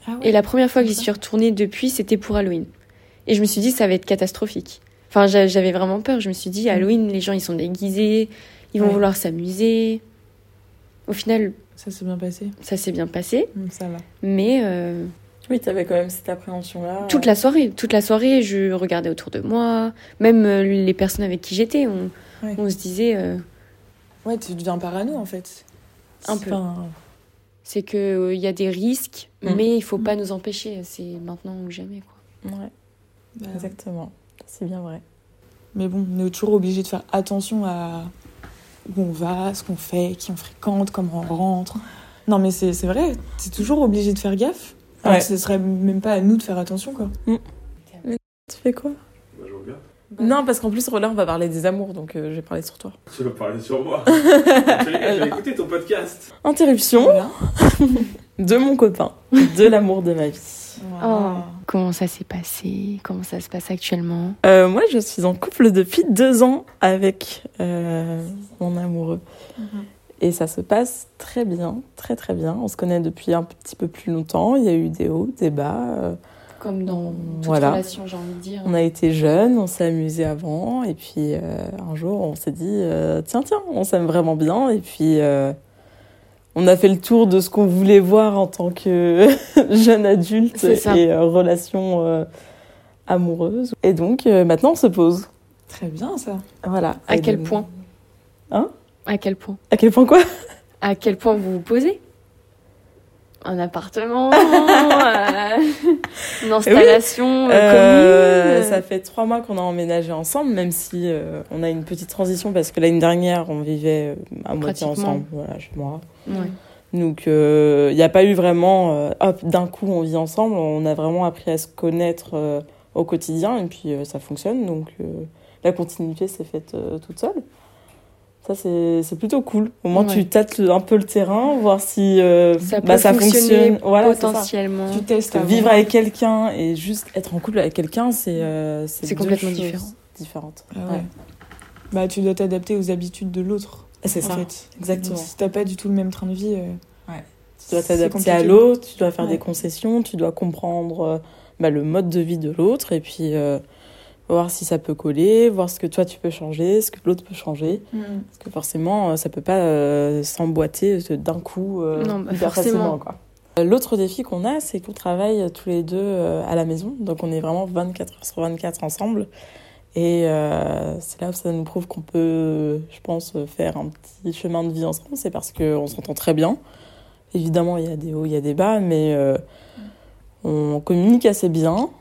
[SPEAKER 4] Ah ouais.
[SPEAKER 3] Et la première fois que j'y
[SPEAKER 4] Sympa.
[SPEAKER 3] suis retournée depuis, c'était pour Halloween. Et je me suis dit, ça va être catastrophique. Enfin, j'a- j'avais vraiment peur. Je me suis dit, Halloween, les gens, ils sont déguisés, ils vont
[SPEAKER 4] Mm. Ouais.
[SPEAKER 3] vouloir s'amuser. Au final,
[SPEAKER 4] Ça s'est bien passé.
[SPEAKER 3] ça s'est bien passé,
[SPEAKER 4] Donc ça va.
[SPEAKER 3] mais euh,
[SPEAKER 1] Oui, t'avais quand même cette appréhension-là.
[SPEAKER 3] toute la soirée, toute la soirée, je regardais autour de moi, même euh, les personnes avec qui j'étais, on,
[SPEAKER 4] Ouais.
[SPEAKER 3] on se disait, euh,
[SPEAKER 4] Ouais, tu deviens parano en fait.
[SPEAKER 3] Un
[SPEAKER 4] C'est
[SPEAKER 3] peu.
[SPEAKER 4] pas un-
[SPEAKER 3] c'est qu'il y a des risques,
[SPEAKER 1] Mm.
[SPEAKER 3] mais il faut pas nous empêcher. C'est maintenant ou jamais, quoi.
[SPEAKER 1] Ouais,
[SPEAKER 4] bah,
[SPEAKER 1] exactement. C'est bien vrai.
[SPEAKER 4] Mais bon, on est toujours obligé de faire attention à où on va, ce qu'on fait, qui on fréquente, comment on rentre. Non, mais c'est c'est vrai, t'es toujours obligé de faire gaffe. Alors
[SPEAKER 1] Ouais.
[SPEAKER 4] que ce serait même pas à nous de faire attention quoi.
[SPEAKER 1] Tu fais quoi
[SPEAKER 2] Bah, je regarde.
[SPEAKER 1] Non, parce qu'en plus, là, on va parler des amours, donc euh, j'ai parlé sur toi.
[SPEAKER 2] Tu vas parler sur moi. Tous les gars, je vais écouter ton podcast.
[SPEAKER 1] Interruption
[SPEAKER 4] Voilà.
[SPEAKER 1] de mon copain, de l'amour de ma vie.
[SPEAKER 4] Voilà.
[SPEAKER 3] Comment ça s'est passé Comment ça se passe actuellement
[SPEAKER 1] Euh, moi, je suis en couple depuis deux ans avec euh, mon amoureux.
[SPEAKER 3] Mhm.
[SPEAKER 1] Et ça se passe très bien, très très bien. On se connaît depuis un petit peu plus longtemps. Il y a eu des hauts, des bas. euh,
[SPEAKER 3] Comme dans toute
[SPEAKER 1] Voilà. Mm.
[SPEAKER 3] relation, j'ai envie de dire.
[SPEAKER 1] On a été jeunes, on s'est amusés avant, et puis euh, un jour on s'est dit euh, tiens tiens, on s'aime vraiment bien, et puis euh, on a fait le tour de ce qu'on voulait voir en tant que jeune adulte
[SPEAKER 3] C'est ça.
[SPEAKER 1] et euh, relation euh, amoureuse. Et donc euh, maintenant on se pose.
[SPEAKER 4] Très bien ça.
[SPEAKER 1] Voilà.
[SPEAKER 3] À
[SPEAKER 1] Et
[SPEAKER 3] quel
[SPEAKER 1] donc-
[SPEAKER 3] point
[SPEAKER 1] Hein
[SPEAKER 3] À quel point
[SPEAKER 1] À quel point quoi
[SPEAKER 3] À quel point vous vous posez un appartement, euh, une installation euh,
[SPEAKER 1] Euh,
[SPEAKER 3] commune.
[SPEAKER 1] ça fait trois mois qu'on a emménagé ensemble, même si euh, on a une petite transition parce que l'année dernière on vivait euh, à moitié
[SPEAKER 3] Pratiquement.
[SPEAKER 1] ensemble, voilà, chez moi.
[SPEAKER 3] Ouais.
[SPEAKER 1] Donc euh, il n'y a pas eu vraiment, euh, hop, d'un coup on vit ensemble, on a vraiment appris à se connaître euh, au quotidien et puis euh, ça fonctionne. Donc euh, la continuité s'est faite euh, toute seule. Ça c'est c'est plutôt cool. Au moins
[SPEAKER 3] Ouais.
[SPEAKER 1] tu tâtes le- un peu le terrain, voir si euh,
[SPEAKER 3] Ça peut
[SPEAKER 1] bah, ça
[SPEAKER 3] fonctionner
[SPEAKER 1] fonctionne. Voilà, c'est ça.
[SPEAKER 3] potentiellement.
[SPEAKER 4] Tu testes avant.
[SPEAKER 1] Vivre avec quelqu'un et juste être en couple avec quelqu'un, c'est euh,
[SPEAKER 3] C'est
[SPEAKER 1] deux
[SPEAKER 3] complètement
[SPEAKER 1] choses
[SPEAKER 3] différent.
[SPEAKER 1] différentes.
[SPEAKER 4] Ah ouais.
[SPEAKER 1] Ouais.
[SPEAKER 4] Bah, tu dois t'adapter aux habitudes de l'autre.
[SPEAKER 1] C'est
[SPEAKER 4] en
[SPEAKER 1] ça,
[SPEAKER 4] fait.
[SPEAKER 1] exactement.
[SPEAKER 4] Si t'as pas du tout le même train de vie. euh,
[SPEAKER 1] Ouais. Tu dois
[SPEAKER 4] c'est
[SPEAKER 1] t'adapter
[SPEAKER 4] compliqué.
[SPEAKER 1] à l'autre, tu dois faire
[SPEAKER 4] Ouais.
[SPEAKER 1] des concessions, tu dois comprendre euh, bah, le mode de vie de l'autre et puis euh, voir si ça peut coller, voir ce que toi tu peux changer, ce que l'autre peut changer.
[SPEAKER 4] Mm.
[SPEAKER 1] Parce que forcément, euh, ça peut pas euh, s'emboîter d'un coup euh,
[SPEAKER 3] Non, bah,
[SPEAKER 1] hyper
[SPEAKER 3] forcément.
[SPEAKER 1] facilement. quoi. Euh, L'autre défi qu'on a, c'est qu'on travaille tous les deux euh, à la maison. Donc on est vraiment 24 heures sur 24 ensemble. Et euh, c'est là où ça nous prouve qu'on peut, je pense, euh, faire un petit chemin de vie ensemble. C'est parce qu'on s'entend très bien. Évidemment, il y a des hauts, il y a des bas, mais euh, on communique assez bien.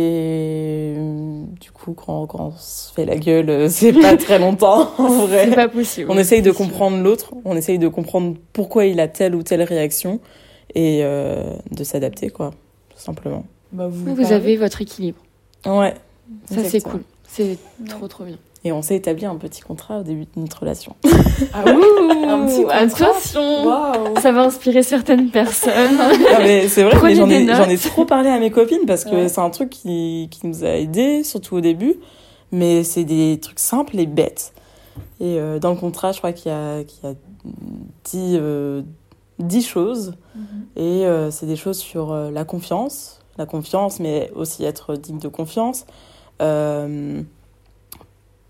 [SPEAKER 1] Et euh, du coup, quand, quand on se fait la gueule, euh, c'est pas très longtemps, en vrai.
[SPEAKER 3] C'est pas possible.
[SPEAKER 1] On essaye de
[SPEAKER 3] C'est sûr.
[SPEAKER 1] comprendre l'autre, on essaye de comprendre pourquoi il a telle ou telle réaction et euh, de s'adapter, quoi, tout simplement.
[SPEAKER 4] Bah, vous,
[SPEAKER 3] Vous,
[SPEAKER 4] parlez.
[SPEAKER 3] avez votre équilibre.
[SPEAKER 1] Ouais.
[SPEAKER 3] Ça, c'est
[SPEAKER 1] Exactement.
[SPEAKER 3] cool. C'est
[SPEAKER 4] Ouais.
[SPEAKER 3] trop, trop bien.
[SPEAKER 1] Et on s'est établi un petit contrat au début de notre relation.
[SPEAKER 4] Ah ouais Un petit
[SPEAKER 3] Ouh,
[SPEAKER 4] contrat.
[SPEAKER 3] attention
[SPEAKER 4] Waouh
[SPEAKER 3] Ça va inspirer certaines personnes.
[SPEAKER 1] Non, mais c'est vrai,
[SPEAKER 3] Prenez
[SPEAKER 1] mais j'en
[SPEAKER 3] des
[SPEAKER 1] ai,
[SPEAKER 3] notes.
[SPEAKER 1] j'en ai trop parlé à mes copines parce que
[SPEAKER 4] Ouais.
[SPEAKER 1] c'est un truc qui, qui nous a aidés, surtout au début. Mais c'est des trucs simples et bêtes. Et euh, dans le contrat, je crois qu'il y a, qu'il y a dix, euh, dix choses.
[SPEAKER 3] Mhm.
[SPEAKER 1] Et euh, c'est des choses sur euh, la confiance, la confiance, mais aussi être digne de confiance, euh,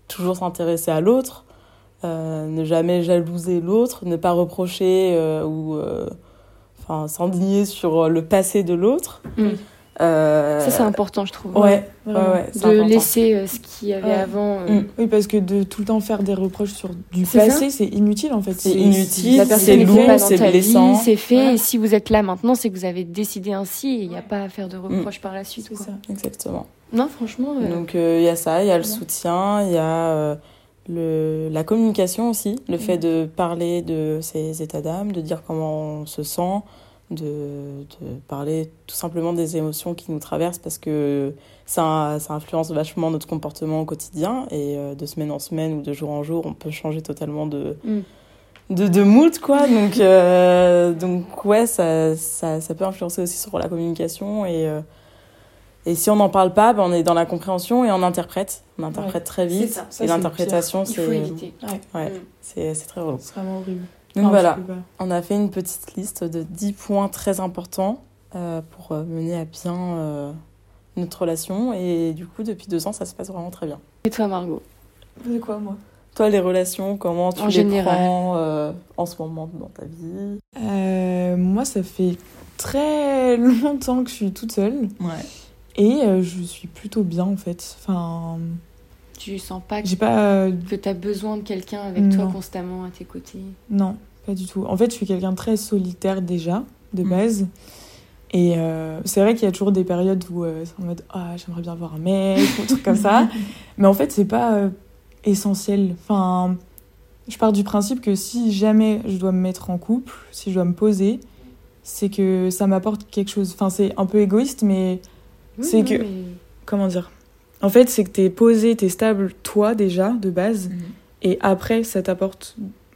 [SPEAKER 1] toujours s'intéresser à l'autre, euh, ne jamais jalouser l'autre, ne pas reprocher euh, ou euh, enfin s'indigner sur euh, le passé de l'autre.
[SPEAKER 3] Mm.
[SPEAKER 1] Euh,
[SPEAKER 3] Ça, c'est important, je trouve.
[SPEAKER 1] Ouais, ouais,
[SPEAKER 4] Vraiment.
[SPEAKER 1] ouais, c'est
[SPEAKER 3] De
[SPEAKER 1] important.
[SPEAKER 3] laisser euh, ce qu'il y avait
[SPEAKER 4] Ouais.
[SPEAKER 3] avant. euh,
[SPEAKER 1] Mm.
[SPEAKER 4] Oui, parce que de tout le temps faire des reproches sur du
[SPEAKER 3] C'est ça.
[SPEAKER 4] passé, c'est inutile en fait.
[SPEAKER 1] C'est inutile,
[SPEAKER 4] la
[SPEAKER 1] c'est
[SPEAKER 4] personne
[SPEAKER 3] n'est
[SPEAKER 4] est
[SPEAKER 1] lourd,
[SPEAKER 4] faite.
[SPEAKER 3] pas
[SPEAKER 1] c'est
[SPEAKER 3] dans ta
[SPEAKER 1] blessant.
[SPEAKER 3] vie, C'est fait.
[SPEAKER 4] Ouais.
[SPEAKER 3] Et si vous êtes là maintenant, c'est que vous avez décidé ainsi. et Il n'y a pas à faire de reproches par la suite.
[SPEAKER 4] C'est
[SPEAKER 3] quoi.
[SPEAKER 4] ça.
[SPEAKER 1] Exactement.
[SPEAKER 3] Non, franchement. euh,
[SPEAKER 1] Donc euh, il y a ça, il y a le
[SPEAKER 4] Voilà.
[SPEAKER 1] soutien, il y a euh, le, la communication aussi, le fait de parler de ses états d'âme, de dire comment on se sent, de, de parler tout simplement des émotions qui nous traversent parce que ça, ça influence vachement notre comportement au quotidien et euh, de semaine en semaine ou de jour en jour, on peut changer totalement de...
[SPEAKER 3] Mm.
[SPEAKER 1] De, de mood, quoi. Donc, euh, donc ouais, ça, ça, ça peut influencer aussi sur la communication et euh, et si on n'en parle pas, ben on est dans la compréhension et on interprète. On interprète très
[SPEAKER 3] C'est
[SPEAKER 1] vite.
[SPEAKER 3] ça.
[SPEAKER 4] Ça,
[SPEAKER 1] et
[SPEAKER 4] c'est
[SPEAKER 1] l'interprétation,
[SPEAKER 3] il faut
[SPEAKER 1] c'est
[SPEAKER 3] éviter.
[SPEAKER 1] ouais,
[SPEAKER 3] Mm.
[SPEAKER 1] c'est- c'est très relou.
[SPEAKER 4] C'est vraiment horrible.
[SPEAKER 1] Donc
[SPEAKER 4] Enfin,
[SPEAKER 1] voilà,
[SPEAKER 4] je peux pas.
[SPEAKER 1] on a fait une petite liste de 10 points très importants euh, pour euh, mener à bien euh, notre relation. Et du coup, depuis deux ans, ça se passe vraiment très bien.
[SPEAKER 3] Et toi, Margot
[SPEAKER 4] De quoi moi
[SPEAKER 1] Toi, les relations, comment tu
[SPEAKER 3] En
[SPEAKER 1] les
[SPEAKER 3] général.
[SPEAKER 1] prends euh, en ce moment dans ta vie
[SPEAKER 4] Euh, Moi, ça fait très longtemps que je suis toute seule
[SPEAKER 1] Ouais.
[SPEAKER 4] et euh, je suis plutôt bien en fait. Enfin,
[SPEAKER 3] Tu sens pas que,
[SPEAKER 4] j'ai pas. euh,
[SPEAKER 3] tu as besoin de quelqu'un avec toi
[SPEAKER 4] Non.
[SPEAKER 3] constamment à tes côtés
[SPEAKER 4] Non, pas du tout. En fait, je suis quelqu'un de très solitaire déjà, de
[SPEAKER 1] Mm.
[SPEAKER 4] base. Et euh, c'est vrai qu'il y a toujours des périodes où euh, c'est en mode Ah, j'aimerais bien voir un mec, ou un truc comme ça. Mais en fait, c'est pas euh, essentiel. Enfin, je pars du principe que si jamais je dois me mettre en couple, si je dois me poser, c'est que ça m'apporte quelque chose. Enfin, c'est un peu égoïste, mais
[SPEAKER 3] Oui,
[SPEAKER 4] C'est
[SPEAKER 3] non,
[SPEAKER 4] que-
[SPEAKER 3] mais-
[SPEAKER 4] comment dire En fait, c'est que t'es posé, t'es stable, toi déjà, de base.
[SPEAKER 1] Mhm.
[SPEAKER 4] Et après, ça t'apporte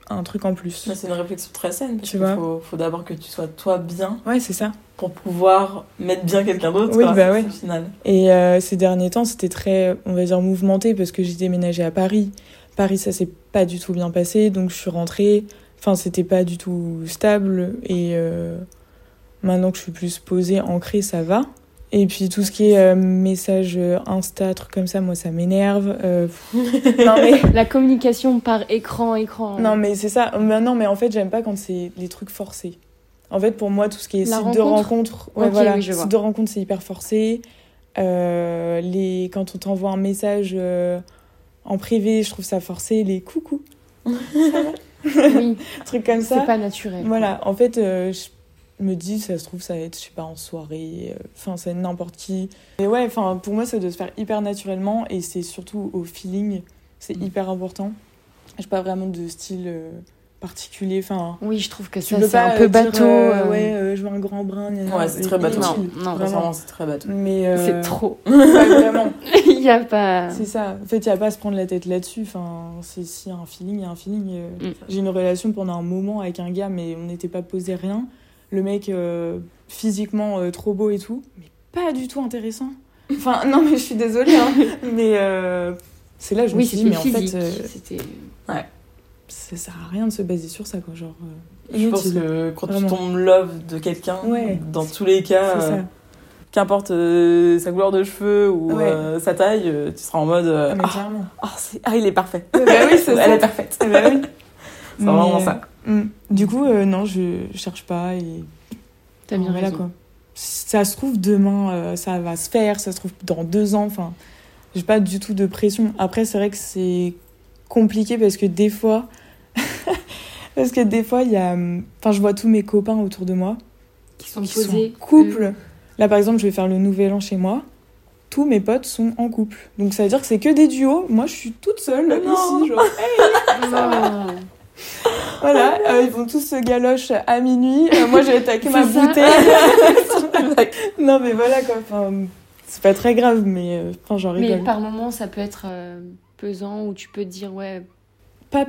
[SPEAKER 4] un truc en plus.
[SPEAKER 1] Ça, C'est une réflexion très saine. Parce
[SPEAKER 4] Tu
[SPEAKER 1] qu'il
[SPEAKER 4] vois.
[SPEAKER 1] faut, faut d'abord que tu sois toi bien
[SPEAKER 4] Ouais, c'est ça.
[SPEAKER 1] pour pouvoir mettre bien quelqu'un d'autre.
[SPEAKER 4] Oui,
[SPEAKER 1] quoi,
[SPEAKER 4] bah ouais.
[SPEAKER 1] Au final.
[SPEAKER 4] Et euh, ces derniers temps, c'était très, on va dire, mouvementé parce que j'ai déménagé à Paris. Paris, ça s'est pas du tout bien passé, donc je suis rentrée. Enfin, c'était pas du tout stable. Et euh, maintenant que je suis plus posée, ancrée, ça va. Et puis tout ce qui est euh, message euh, Insta, trucs comme ça, moi, ça m'énerve. Euh, pff. non mais,
[SPEAKER 3] La communication par écran, écran.
[SPEAKER 4] non, mais c'est ça. Mais non, mais en fait, j'aime pas quand c'est les trucs forcés. En fait, pour moi, tout ce qui est
[SPEAKER 3] La
[SPEAKER 4] site de
[SPEAKER 3] rencontre
[SPEAKER 4] rencontre, ouais,
[SPEAKER 3] Ok,
[SPEAKER 4] voilà,
[SPEAKER 3] oui, je vois.
[SPEAKER 4] site de rencontre, c'est hyper forcé. Euh, les... Quand on t'envoie un message euh, en privé, je trouve ça forcé. Les coucou,
[SPEAKER 3] oui,
[SPEAKER 4] trucs comme ça.
[SPEAKER 3] c'est pas naturel.
[SPEAKER 4] Voilà, en fait, euh, je- me dis, ça se trouve, ça va être, je sais pas, en soirée, euh, enfin, c'est n'importe qui. Mais ouais, enfin, pour moi, ça doit se faire hyper naturellement et c'est surtout au feeling, c'est
[SPEAKER 1] Mm.
[SPEAKER 4] hyper important. J'ai pas vraiment de style euh, particulier, enfin.
[SPEAKER 3] Oui, je trouve que ça,
[SPEAKER 4] tu peux
[SPEAKER 3] c'est
[SPEAKER 4] pas,
[SPEAKER 3] un peu
[SPEAKER 4] euh, dire,
[SPEAKER 3] bateau.
[SPEAKER 4] euh,
[SPEAKER 3] euh,
[SPEAKER 4] ouais, euh, je veux un grand brin. gna gna,
[SPEAKER 1] Ouais, c'est très bateau.
[SPEAKER 4] inutile,
[SPEAKER 3] Non, non,
[SPEAKER 4] vraiment.
[SPEAKER 1] Sincèrement, c'est très bateau.
[SPEAKER 4] Mais euh,
[SPEAKER 3] C'est trop. Ah.
[SPEAKER 4] ouais, vraiment.
[SPEAKER 3] Il n'y a pas.
[SPEAKER 4] C'est ça. En fait, il n'y a pas à se prendre la tête là-dessus. Enfin, c'est si un feeling, il y a un feeling. euh.
[SPEAKER 3] Mm.
[SPEAKER 4] J'ai une relation pendant un moment avec un gars, mais on n'était pas posé rien. Le mec, euh, physiquement euh, trop beau et tout, mais pas du tout intéressant. Enfin, non, mais je suis désolée, hein, mais euh, c'est là que je me
[SPEAKER 3] Oui,
[SPEAKER 4] suis
[SPEAKER 3] c'était
[SPEAKER 4] dit, mais en
[SPEAKER 3] physique.
[SPEAKER 4] fait, euh,
[SPEAKER 3] C'était.
[SPEAKER 4] ça sert à rien de se baser sur ça, quoi. Genre, euh,
[SPEAKER 1] Je pense
[SPEAKER 4] inutile.
[SPEAKER 1] que quand
[SPEAKER 4] Vraiment.
[SPEAKER 1] tu tombes love de quelqu'un,
[SPEAKER 4] Ouais.
[SPEAKER 1] dans tous les cas,
[SPEAKER 4] C'est ça.
[SPEAKER 1] euh, qu'importe euh, sa couleur de cheveux ou
[SPEAKER 4] Ouais.
[SPEAKER 1] euh, sa taille, euh, tu seras en mode euh,
[SPEAKER 4] Ah, mais
[SPEAKER 1] ah,
[SPEAKER 4] clairement.
[SPEAKER 1] ah, c'est- ah, il est parfait.
[SPEAKER 4] Bah oui, c'est
[SPEAKER 1] Elle
[SPEAKER 4] ça.
[SPEAKER 1] est parfaite.
[SPEAKER 4] Eh ben oui.
[SPEAKER 1] C'est vraiment
[SPEAKER 4] Mais,
[SPEAKER 1] ça.
[SPEAKER 4] euh, mm. Du coup, euh, non, je je cherche pas et
[SPEAKER 3] T'as bien
[SPEAKER 4] Enfin, voilà,
[SPEAKER 3] raison.
[SPEAKER 4] quoi. Ça se trouve, demain, euh, ça va se faire, ça se trouve dans deux ans. Enfin, j'ai pas du tout de pression. Après, c'est vrai que c'est compliqué parce que des fois, parce que des fois, il y a. hum, Enfin, je vois tous mes copains autour de moi
[SPEAKER 3] Qui sont
[SPEAKER 4] qui
[SPEAKER 3] posés.
[SPEAKER 4] sont en couple. Là, par exemple, je vais faire le nouvel an chez moi. Tous mes potes sont en couple. Donc, ça veut dire que c'est que des duos. Moi, je suis toute seule ici. genre.
[SPEAKER 3] euh, non.
[SPEAKER 4] Voilà, euh, ils vont tous se galoche à minuit. Euh, moi, je vais attaquer ma
[SPEAKER 3] C'est ça.
[SPEAKER 4] bouteille. non, mais voilà quoi. Enfin, c'est pas très grave, mais euh, enfin, j'en
[SPEAKER 3] Mais
[SPEAKER 4] rigole. Pas...
[SPEAKER 3] par moments, ça peut être euh, pesant où tu peux te dire, ouais,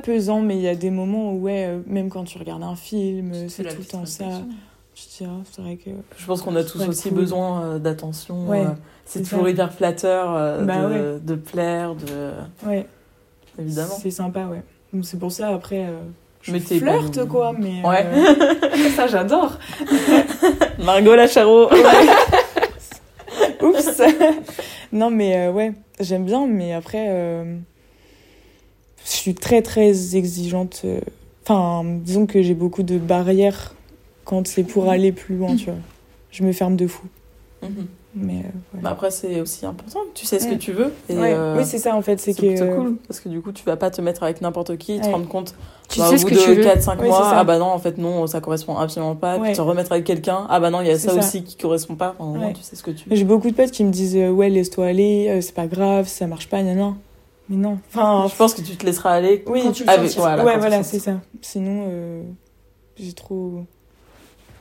[SPEAKER 4] pesant, mais il y a des moments où, ouais, euh, même quand tu regardes un film, euh, c'est
[SPEAKER 1] la
[SPEAKER 4] tout le
[SPEAKER 1] petite
[SPEAKER 4] temps ça.
[SPEAKER 1] réflexion.
[SPEAKER 4] Tu te dis, ah, c'est vrai que.
[SPEAKER 1] Je pense qu'on a tous
[SPEAKER 4] Ouais,
[SPEAKER 1] aussi
[SPEAKER 4] cool.
[SPEAKER 1] besoin euh, d'attention.
[SPEAKER 4] Ouais,
[SPEAKER 1] euh, c'est
[SPEAKER 4] c'est
[SPEAKER 1] toujours
[SPEAKER 4] ça.
[SPEAKER 1] hyper flatteur euh,
[SPEAKER 4] Bah
[SPEAKER 1] de, de plaire, de...
[SPEAKER 4] Ouais,
[SPEAKER 1] évidemment.
[SPEAKER 4] c'est sympa, ouais. Donc, c'est pour ça, après, euh, je
[SPEAKER 1] Mais t'es
[SPEAKER 4] flirte
[SPEAKER 1] pas-
[SPEAKER 4] quoi, mais.
[SPEAKER 1] Ouais.
[SPEAKER 4] euh, ça, j'adore.
[SPEAKER 1] Margot Lacharo
[SPEAKER 4] Oups. non, mais euh, ouais, j'aime bien, mais après, euh, je suis très très exigeante. euh, Enfin, disons que j'ai beaucoup de barrières quand c'est pour aller plus loin, tu vois. Je me ferme de fou.
[SPEAKER 1] Mhm.
[SPEAKER 4] Mais euh, ouais.
[SPEAKER 1] Bah après, c'est aussi important. Tu sais ce que
[SPEAKER 4] Mm.
[SPEAKER 1] tu veux. Et,
[SPEAKER 4] Ouais,
[SPEAKER 1] euh,
[SPEAKER 4] oui, c'est ça en fait, c'est
[SPEAKER 1] c'est
[SPEAKER 4] que.
[SPEAKER 1] plutôt cool. Parce que du coup, tu vas pas te mettre avec n'importe qui et te
[SPEAKER 4] Ouais.
[SPEAKER 1] rendre compte
[SPEAKER 3] tu
[SPEAKER 1] bah,
[SPEAKER 3] sais
[SPEAKER 1] au
[SPEAKER 3] ce
[SPEAKER 1] bout
[SPEAKER 3] que
[SPEAKER 1] de
[SPEAKER 3] tu veux.
[SPEAKER 1] 4-5
[SPEAKER 4] Ouais,
[SPEAKER 1] mois.
[SPEAKER 4] c'est ça.
[SPEAKER 1] Ah bah non, en fait, non, ça correspond absolument pas.
[SPEAKER 4] Ouais.
[SPEAKER 1] Puis te remettre avec quelqu'un. Ah bah non, il y a
[SPEAKER 4] C'est
[SPEAKER 1] ça,
[SPEAKER 4] ça.
[SPEAKER 1] aussi qui correspond pas. Enfin, au moins,
[SPEAKER 4] Ouais.
[SPEAKER 1] tu sais ce que tu veux.
[SPEAKER 4] J'ai beaucoup de potes qui me disent euh, ouais laisse-toi aller, euh, c'est pas grave, ça marche pas, non Mais non. Enfin,
[SPEAKER 1] Je pense que tu te laisseras aller.
[SPEAKER 4] oui.
[SPEAKER 3] Quand tu le
[SPEAKER 1] Ah, mais
[SPEAKER 3] sentiras.
[SPEAKER 1] voilà, quand
[SPEAKER 4] ouais,
[SPEAKER 1] tu
[SPEAKER 4] voilà,
[SPEAKER 1] le
[SPEAKER 4] c'est
[SPEAKER 1] sens.
[SPEAKER 4] ça. Sinon, euh, j'ai trop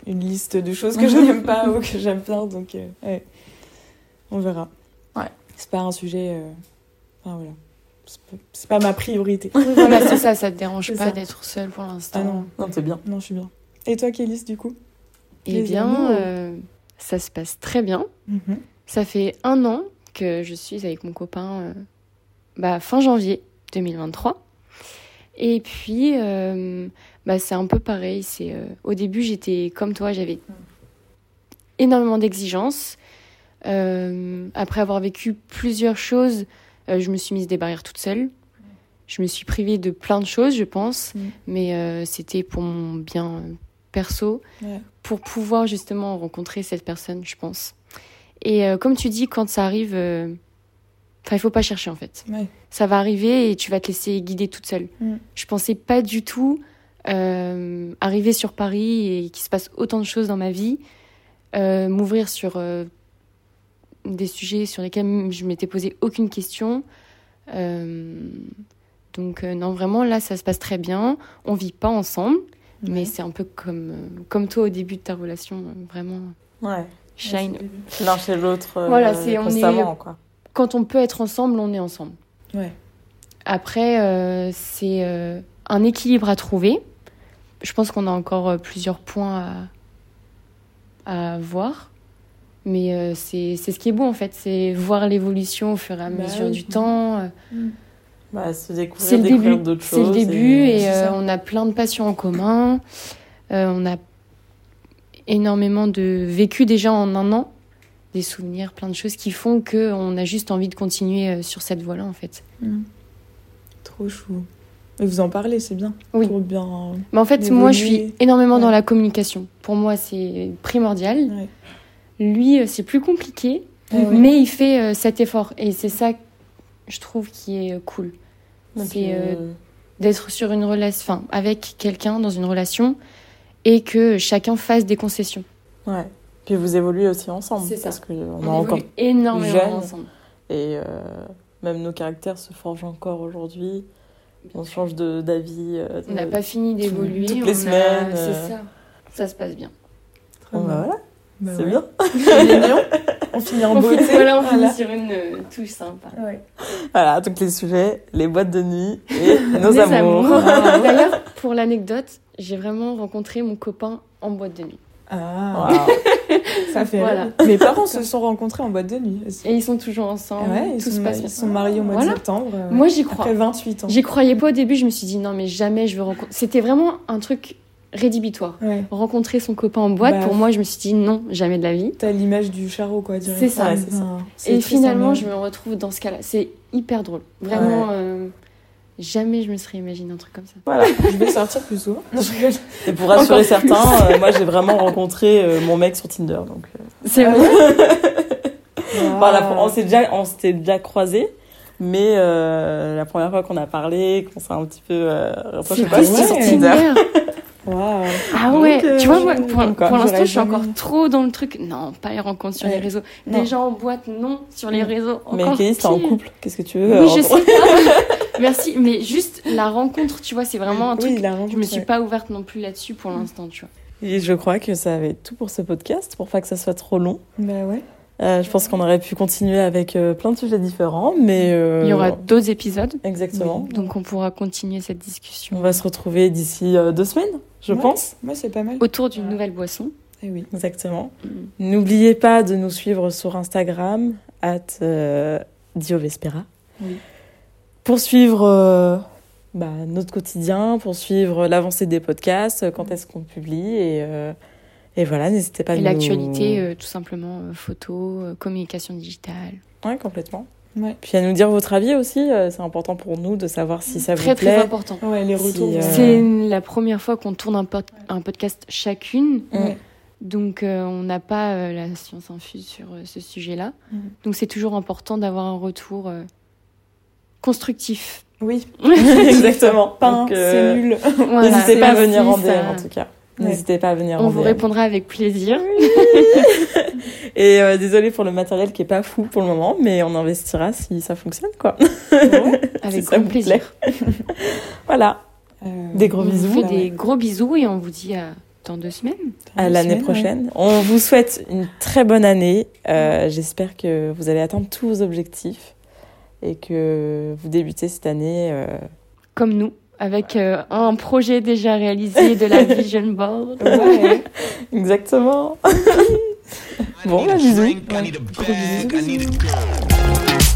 [SPEAKER 4] une liste de choses que je n'aime pas ou que j'aime bien, donc euh, ouais. on verra.
[SPEAKER 1] Ouais.
[SPEAKER 4] C'est pas un sujet. euh, Enfin voilà. C'est pas- C'est pas ma priorité.
[SPEAKER 3] Voilà, bah, c'est ça, ça te dérange
[SPEAKER 4] C'est
[SPEAKER 3] pas
[SPEAKER 4] ça.
[SPEAKER 3] d'être seule pour l'instant.
[SPEAKER 4] Ah non,
[SPEAKER 1] Non, t'es bien.
[SPEAKER 4] non, je suis bien. Et toi, Kélis, du coup
[SPEAKER 3] Eh
[SPEAKER 4] Les
[SPEAKER 3] bien,
[SPEAKER 4] amours.
[SPEAKER 3] euh, ça se passe très bien. Ça fait un an que je suis avec mon copain, euh, bah, fin janvier 2023. Et puis, euh, bah, c'est un peu pareil. C'est euh, au début, j'étais comme toi, j'avais énormément d'exigences. Euh, après avoir vécu plusieurs choses, euh, je me suis mise des barrières toute seule. Je me suis privée de plein de choses, je pense,
[SPEAKER 4] Mm.
[SPEAKER 3] mais euh, c'était pour mon bien euh, perso,
[SPEAKER 4] Ouais.
[SPEAKER 3] pour pouvoir justement rencontrer cette personne, je pense. Et euh, comme tu dis, quand ça arrive, euh, enfin, il faut pas chercher en fait.
[SPEAKER 4] Ouais.
[SPEAKER 3] Ça va arriver et tu vas te laisser guider toute seule.
[SPEAKER 4] Mm.
[SPEAKER 3] Je pensais pas du tout euh, arriver sur Paris et qu'il se passe autant de choses dans ma vie, euh, m'ouvrir sur euh, des sujets sur lesquels je m'étais posé aucune question. Euh, donc euh, non, vraiment là, ça se passe très bien. On vit pas ensemble, mais c'est un peu comme euh, comme toi au début de ta relation, euh, vraiment
[SPEAKER 1] Ouais.
[SPEAKER 3] shine.
[SPEAKER 1] L'un chez l'autre. euh,
[SPEAKER 3] Voilà, c'est- on est-
[SPEAKER 1] constamment, quoi.
[SPEAKER 3] quand on peut être ensemble, on est ensemble.
[SPEAKER 4] Ouais.
[SPEAKER 3] Après, euh, c'est euh, un équilibre à trouver. Je pense qu'on a encore euh, plusieurs points à, à voir. Mais euh, c'est c'est ce qui est beau, en fait. C'est voir l'évolution au fur et à
[SPEAKER 4] Bah
[SPEAKER 3] mesure
[SPEAKER 4] oui.
[SPEAKER 3] du temps. Euh,
[SPEAKER 1] Bah, se découvrir,
[SPEAKER 3] C'est le
[SPEAKER 1] découvrir
[SPEAKER 3] début.
[SPEAKER 1] d'autres
[SPEAKER 3] C'est
[SPEAKER 1] choses.
[SPEAKER 3] le début et,
[SPEAKER 4] C'est
[SPEAKER 3] euh,
[SPEAKER 4] ça.
[SPEAKER 3] on a plein de passions en commun. Euh, on a énormément de vécu déjà en un an. Des souvenirs, plein de choses qui font qu'on a juste envie de continuer euh, sur cette voie-là, en fait.
[SPEAKER 4] Trop chou. Et vous en parlez, c'est bien.
[SPEAKER 3] Oui.
[SPEAKER 4] Pour bien.
[SPEAKER 3] Mais en fait, moi, je
[SPEAKER 4] D'évoluer.
[SPEAKER 3] suis énormément dans
[SPEAKER 4] Ouais.
[SPEAKER 3] la communication. Pour moi, c'est primordial.
[SPEAKER 4] Ouais.
[SPEAKER 3] Lui, euh, c'est plus compliqué,
[SPEAKER 4] Ah ouais.
[SPEAKER 3] mais il fait euh, cet effort. Et c'est ça, que je trouve, qui est euh, cool.
[SPEAKER 1] Et
[SPEAKER 3] C'est
[SPEAKER 1] puis,
[SPEAKER 3] euh,
[SPEAKER 1] euh,
[SPEAKER 3] d'être sur une relation, enfin, avec quelqu'un dans une relation et que chacun fasse des concessions.
[SPEAKER 1] Ouais. Puis vous évoluez aussi ensemble.
[SPEAKER 3] C'est ça.
[SPEAKER 1] Parce qu'on on est
[SPEAKER 3] On
[SPEAKER 1] encore.
[SPEAKER 3] évolue énormément
[SPEAKER 1] jeune.
[SPEAKER 3] ensemble.
[SPEAKER 1] Et euh, même nos caractères se forgent encore aujourd'hui. On change de- d'avis. euh,
[SPEAKER 3] On n'a
[SPEAKER 1] de-
[SPEAKER 3] pas fini d'évoluer.
[SPEAKER 1] toutes les
[SPEAKER 3] on a-
[SPEAKER 1] semaines, euh.
[SPEAKER 3] C'est ça. Ça se passe bien. Oh,
[SPEAKER 1] Bon, bah voilà,
[SPEAKER 4] Bah
[SPEAKER 1] c'est
[SPEAKER 4] ouais.
[SPEAKER 1] bien.
[SPEAKER 4] C'est mignon. On finit en
[SPEAKER 3] On
[SPEAKER 4] beauté.
[SPEAKER 3] finit, voilà, on
[SPEAKER 4] Voilà.
[SPEAKER 3] finit sur une euh, touche sympa.
[SPEAKER 4] Ouais.
[SPEAKER 1] Voilà, donc les sujets, les boîtes de nuit et nos
[SPEAKER 3] Les
[SPEAKER 1] amours.
[SPEAKER 3] amours. D'ailleurs, pour l'anecdote, j'ai vraiment rencontré mon copain en boîte de nuit.
[SPEAKER 4] Ah,
[SPEAKER 1] Waouh.
[SPEAKER 4] ça fait
[SPEAKER 3] Voilà.
[SPEAKER 4] rêver. Mes parents se sont rencontrés en boîte de nuit. aussi.
[SPEAKER 3] Et ils sont toujours ensemble.
[SPEAKER 4] Ouais, ils,
[SPEAKER 3] tout
[SPEAKER 4] sont,
[SPEAKER 3] se passe
[SPEAKER 4] ils
[SPEAKER 3] bien.
[SPEAKER 4] sont mariés au mois
[SPEAKER 3] Voilà.
[SPEAKER 4] de septembre. euh,
[SPEAKER 3] Moi, j'y crois.
[SPEAKER 4] après 28 ans.
[SPEAKER 3] J'y croyais pas au début. Je me suis dit non, mais jamais je veux rencontrer. C'était vraiment un truc rédhibitoire.
[SPEAKER 4] Ouais.
[SPEAKER 3] Rencontrer son copain en boîte,
[SPEAKER 4] Bah.
[SPEAKER 3] pour moi, je me suis dit non, jamais de la vie.
[SPEAKER 4] T'as l'image du charreau, quoi, direct.
[SPEAKER 3] C'est ça.
[SPEAKER 1] Ouais, c'est ça.
[SPEAKER 4] Ah, c'est
[SPEAKER 3] Et
[SPEAKER 4] triste,
[SPEAKER 3] finalement,
[SPEAKER 4] hein,
[SPEAKER 3] je me retrouve dans ce cas-là. C'est hyper drôle. Vraiment, euh, jamais je me serais imaginé un truc comme ça.
[SPEAKER 1] Voilà.
[SPEAKER 4] mais Je vais sortir plus souvent. Non, je rigole.
[SPEAKER 1] Et pour rassurer
[SPEAKER 3] Encore plus.
[SPEAKER 1] certains, euh, moi j'ai vraiment rencontré euh, mon mec sur Tinder. Donc, euh,
[SPEAKER 3] C'est
[SPEAKER 4] Ah
[SPEAKER 3] vrai.
[SPEAKER 1] enfin, la- on s'est déjà, on s'était déjà croisés, mais euh, la première fois qu'on a parlé, qu'on s'est un petit peu euh, rapprochés,
[SPEAKER 3] C'était
[SPEAKER 1] bah,
[SPEAKER 4] ouais.
[SPEAKER 1] c'était
[SPEAKER 3] sur Tinder.
[SPEAKER 4] Waouh.
[SPEAKER 3] Ah
[SPEAKER 1] Donc,
[SPEAKER 3] ouais,
[SPEAKER 1] euh,
[SPEAKER 3] tu vois, moi,
[SPEAKER 1] je-
[SPEAKER 3] pour,
[SPEAKER 1] comme quoi,
[SPEAKER 3] pour l'instant,
[SPEAKER 4] j'aurais
[SPEAKER 3] je suis encore
[SPEAKER 4] jamais-
[SPEAKER 3] trop dans le truc. Non, pas les rencontres sur les
[SPEAKER 4] Ouais.
[SPEAKER 3] réseaux.
[SPEAKER 4] Non.
[SPEAKER 3] Des gens en boîte, non, sur les réseaux.
[SPEAKER 1] Mais
[SPEAKER 3] encore
[SPEAKER 1] Kelly, t'es en
[SPEAKER 3] pire.
[SPEAKER 1] couple, qu'est-ce que tu veux
[SPEAKER 3] Oui,
[SPEAKER 1] euh,
[SPEAKER 3] je sais pas. Merci, mais juste la rencontre, tu vois, c'est vraiment un
[SPEAKER 4] Oui,
[SPEAKER 3] truc.
[SPEAKER 4] il a rencontré.
[SPEAKER 3] je me suis pas ouverte non plus là-dessus pour l'instant, tu vois.
[SPEAKER 1] Et je crois que ça avait tout pour ce podcast, pour pas que ça soit trop long.
[SPEAKER 4] Bah ouais.
[SPEAKER 1] Euh, je pense qu'on aurait pu continuer avec euh, plein de sujets différents, mais euh,
[SPEAKER 3] Il y aura d'autres épisodes,
[SPEAKER 1] exactement.
[SPEAKER 3] donc on pourra continuer cette discussion
[SPEAKER 1] On va se retrouver d'ici euh, deux semaines, je
[SPEAKER 4] Ouais.
[SPEAKER 1] pense.
[SPEAKER 4] Moi, c'est pas mal.
[SPEAKER 3] autour d'une nouvelle boisson.
[SPEAKER 4] Eh oui.
[SPEAKER 1] Exactement.
[SPEAKER 3] Mm.
[SPEAKER 1] N'oubliez pas de nous suivre sur Instagram, at euh, Dio Vespera.
[SPEAKER 4] Oui.
[SPEAKER 1] Pour suivre euh, bah, notre quotidien, pour suivre l'avancée des podcasts, euh, quand est-ce qu'on publie. Et, euh, et voilà, n'hésitez pas à
[SPEAKER 3] Mm. Et
[SPEAKER 1] nous...
[SPEAKER 3] l'actualité, euh, tout simplement, euh, photo, euh, communication digitale.
[SPEAKER 1] Ouais, complètement.
[SPEAKER 4] Ouais.
[SPEAKER 1] Puis à nous dire votre avis aussi, euh, c'est important pour nous de savoir si ça
[SPEAKER 3] Très,
[SPEAKER 1] vous plaît.
[SPEAKER 3] très important.
[SPEAKER 4] Ouais, les
[SPEAKER 1] Si,
[SPEAKER 4] retours.
[SPEAKER 1] euh,
[SPEAKER 3] C'est la première fois qu'on tourne un, pod- un podcast chacune,
[SPEAKER 4] Ouais.
[SPEAKER 3] donc euh, on n'a pas euh, la science infuse sur euh, ce sujet-là.
[SPEAKER 4] Mm.
[SPEAKER 3] Donc c'est toujours important d'avoir un retour euh, constructif.
[SPEAKER 4] Oui.
[SPEAKER 1] Exactement.
[SPEAKER 4] Pain,
[SPEAKER 1] Donc, euh,
[SPEAKER 4] c'est nul.
[SPEAKER 3] Voilà.
[SPEAKER 1] N'hésitez pas à venir en
[SPEAKER 3] Merci,
[SPEAKER 1] DM
[SPEAKER 3] ça-
[SPEAKER 1] en tout cas.
[SPEAKER 4] Ouais.
[SPEAKER 1] N'hésitez pas à venir
[SPEAKER 3] On
[SPEAKER 1] en
[SPEAKER 3] vous
[SPEAKER 1] DM.
[SPEAKER 3] répondra avec plaisir.
[SPEAKER 1] Et euh, désolé pour le matériel qui est pas fou pour le moment, mais on investira si ça fonctionne quoi.
[SPEAKER 3] Avec
[SPEAKER 1] ça
[SPEAKER 3] grand
[SPEAKER 1] vous
[SPEAKER 3] plaisir.
[SPEAKER 1] voilà.
[SPEAKER 4] Euh,
[SPEAKER 1] Des gros
[SPEAKER 3] on vous
[SPEAKER 1] bisous.
[SPEAKER 3] fait
[SPEAKER 4] Bah
[SPEAKER 3] des
[SPEAKER 4] ouais.
[SPEAKER 3] gros bisous et on vous dit à dans deux semaines.
[SPEAKER 1] À l'année
[SPEAKER 4] semaine,
[SPEAKER 1] prochaine. On vous souhaite une très bonne année. Euh, J'espère que vous allez atteindre tous vos objectifs et que vous débutez cette année. euh,
[SPEAKER 3] Comme nous, avec euh, un projet déjà réalisé de la Vision Board.
[SPEAKER 4] ouais. Ouais.
[SPEAKER 1] Exactement.
[SPEAKER 5] Bon,
[SPEAKER 1] Bon, bah,
[SPEAKER 5] vas-y.
[SPEAKER 1] bisous.
[SPEAKER 5] Gros bisous.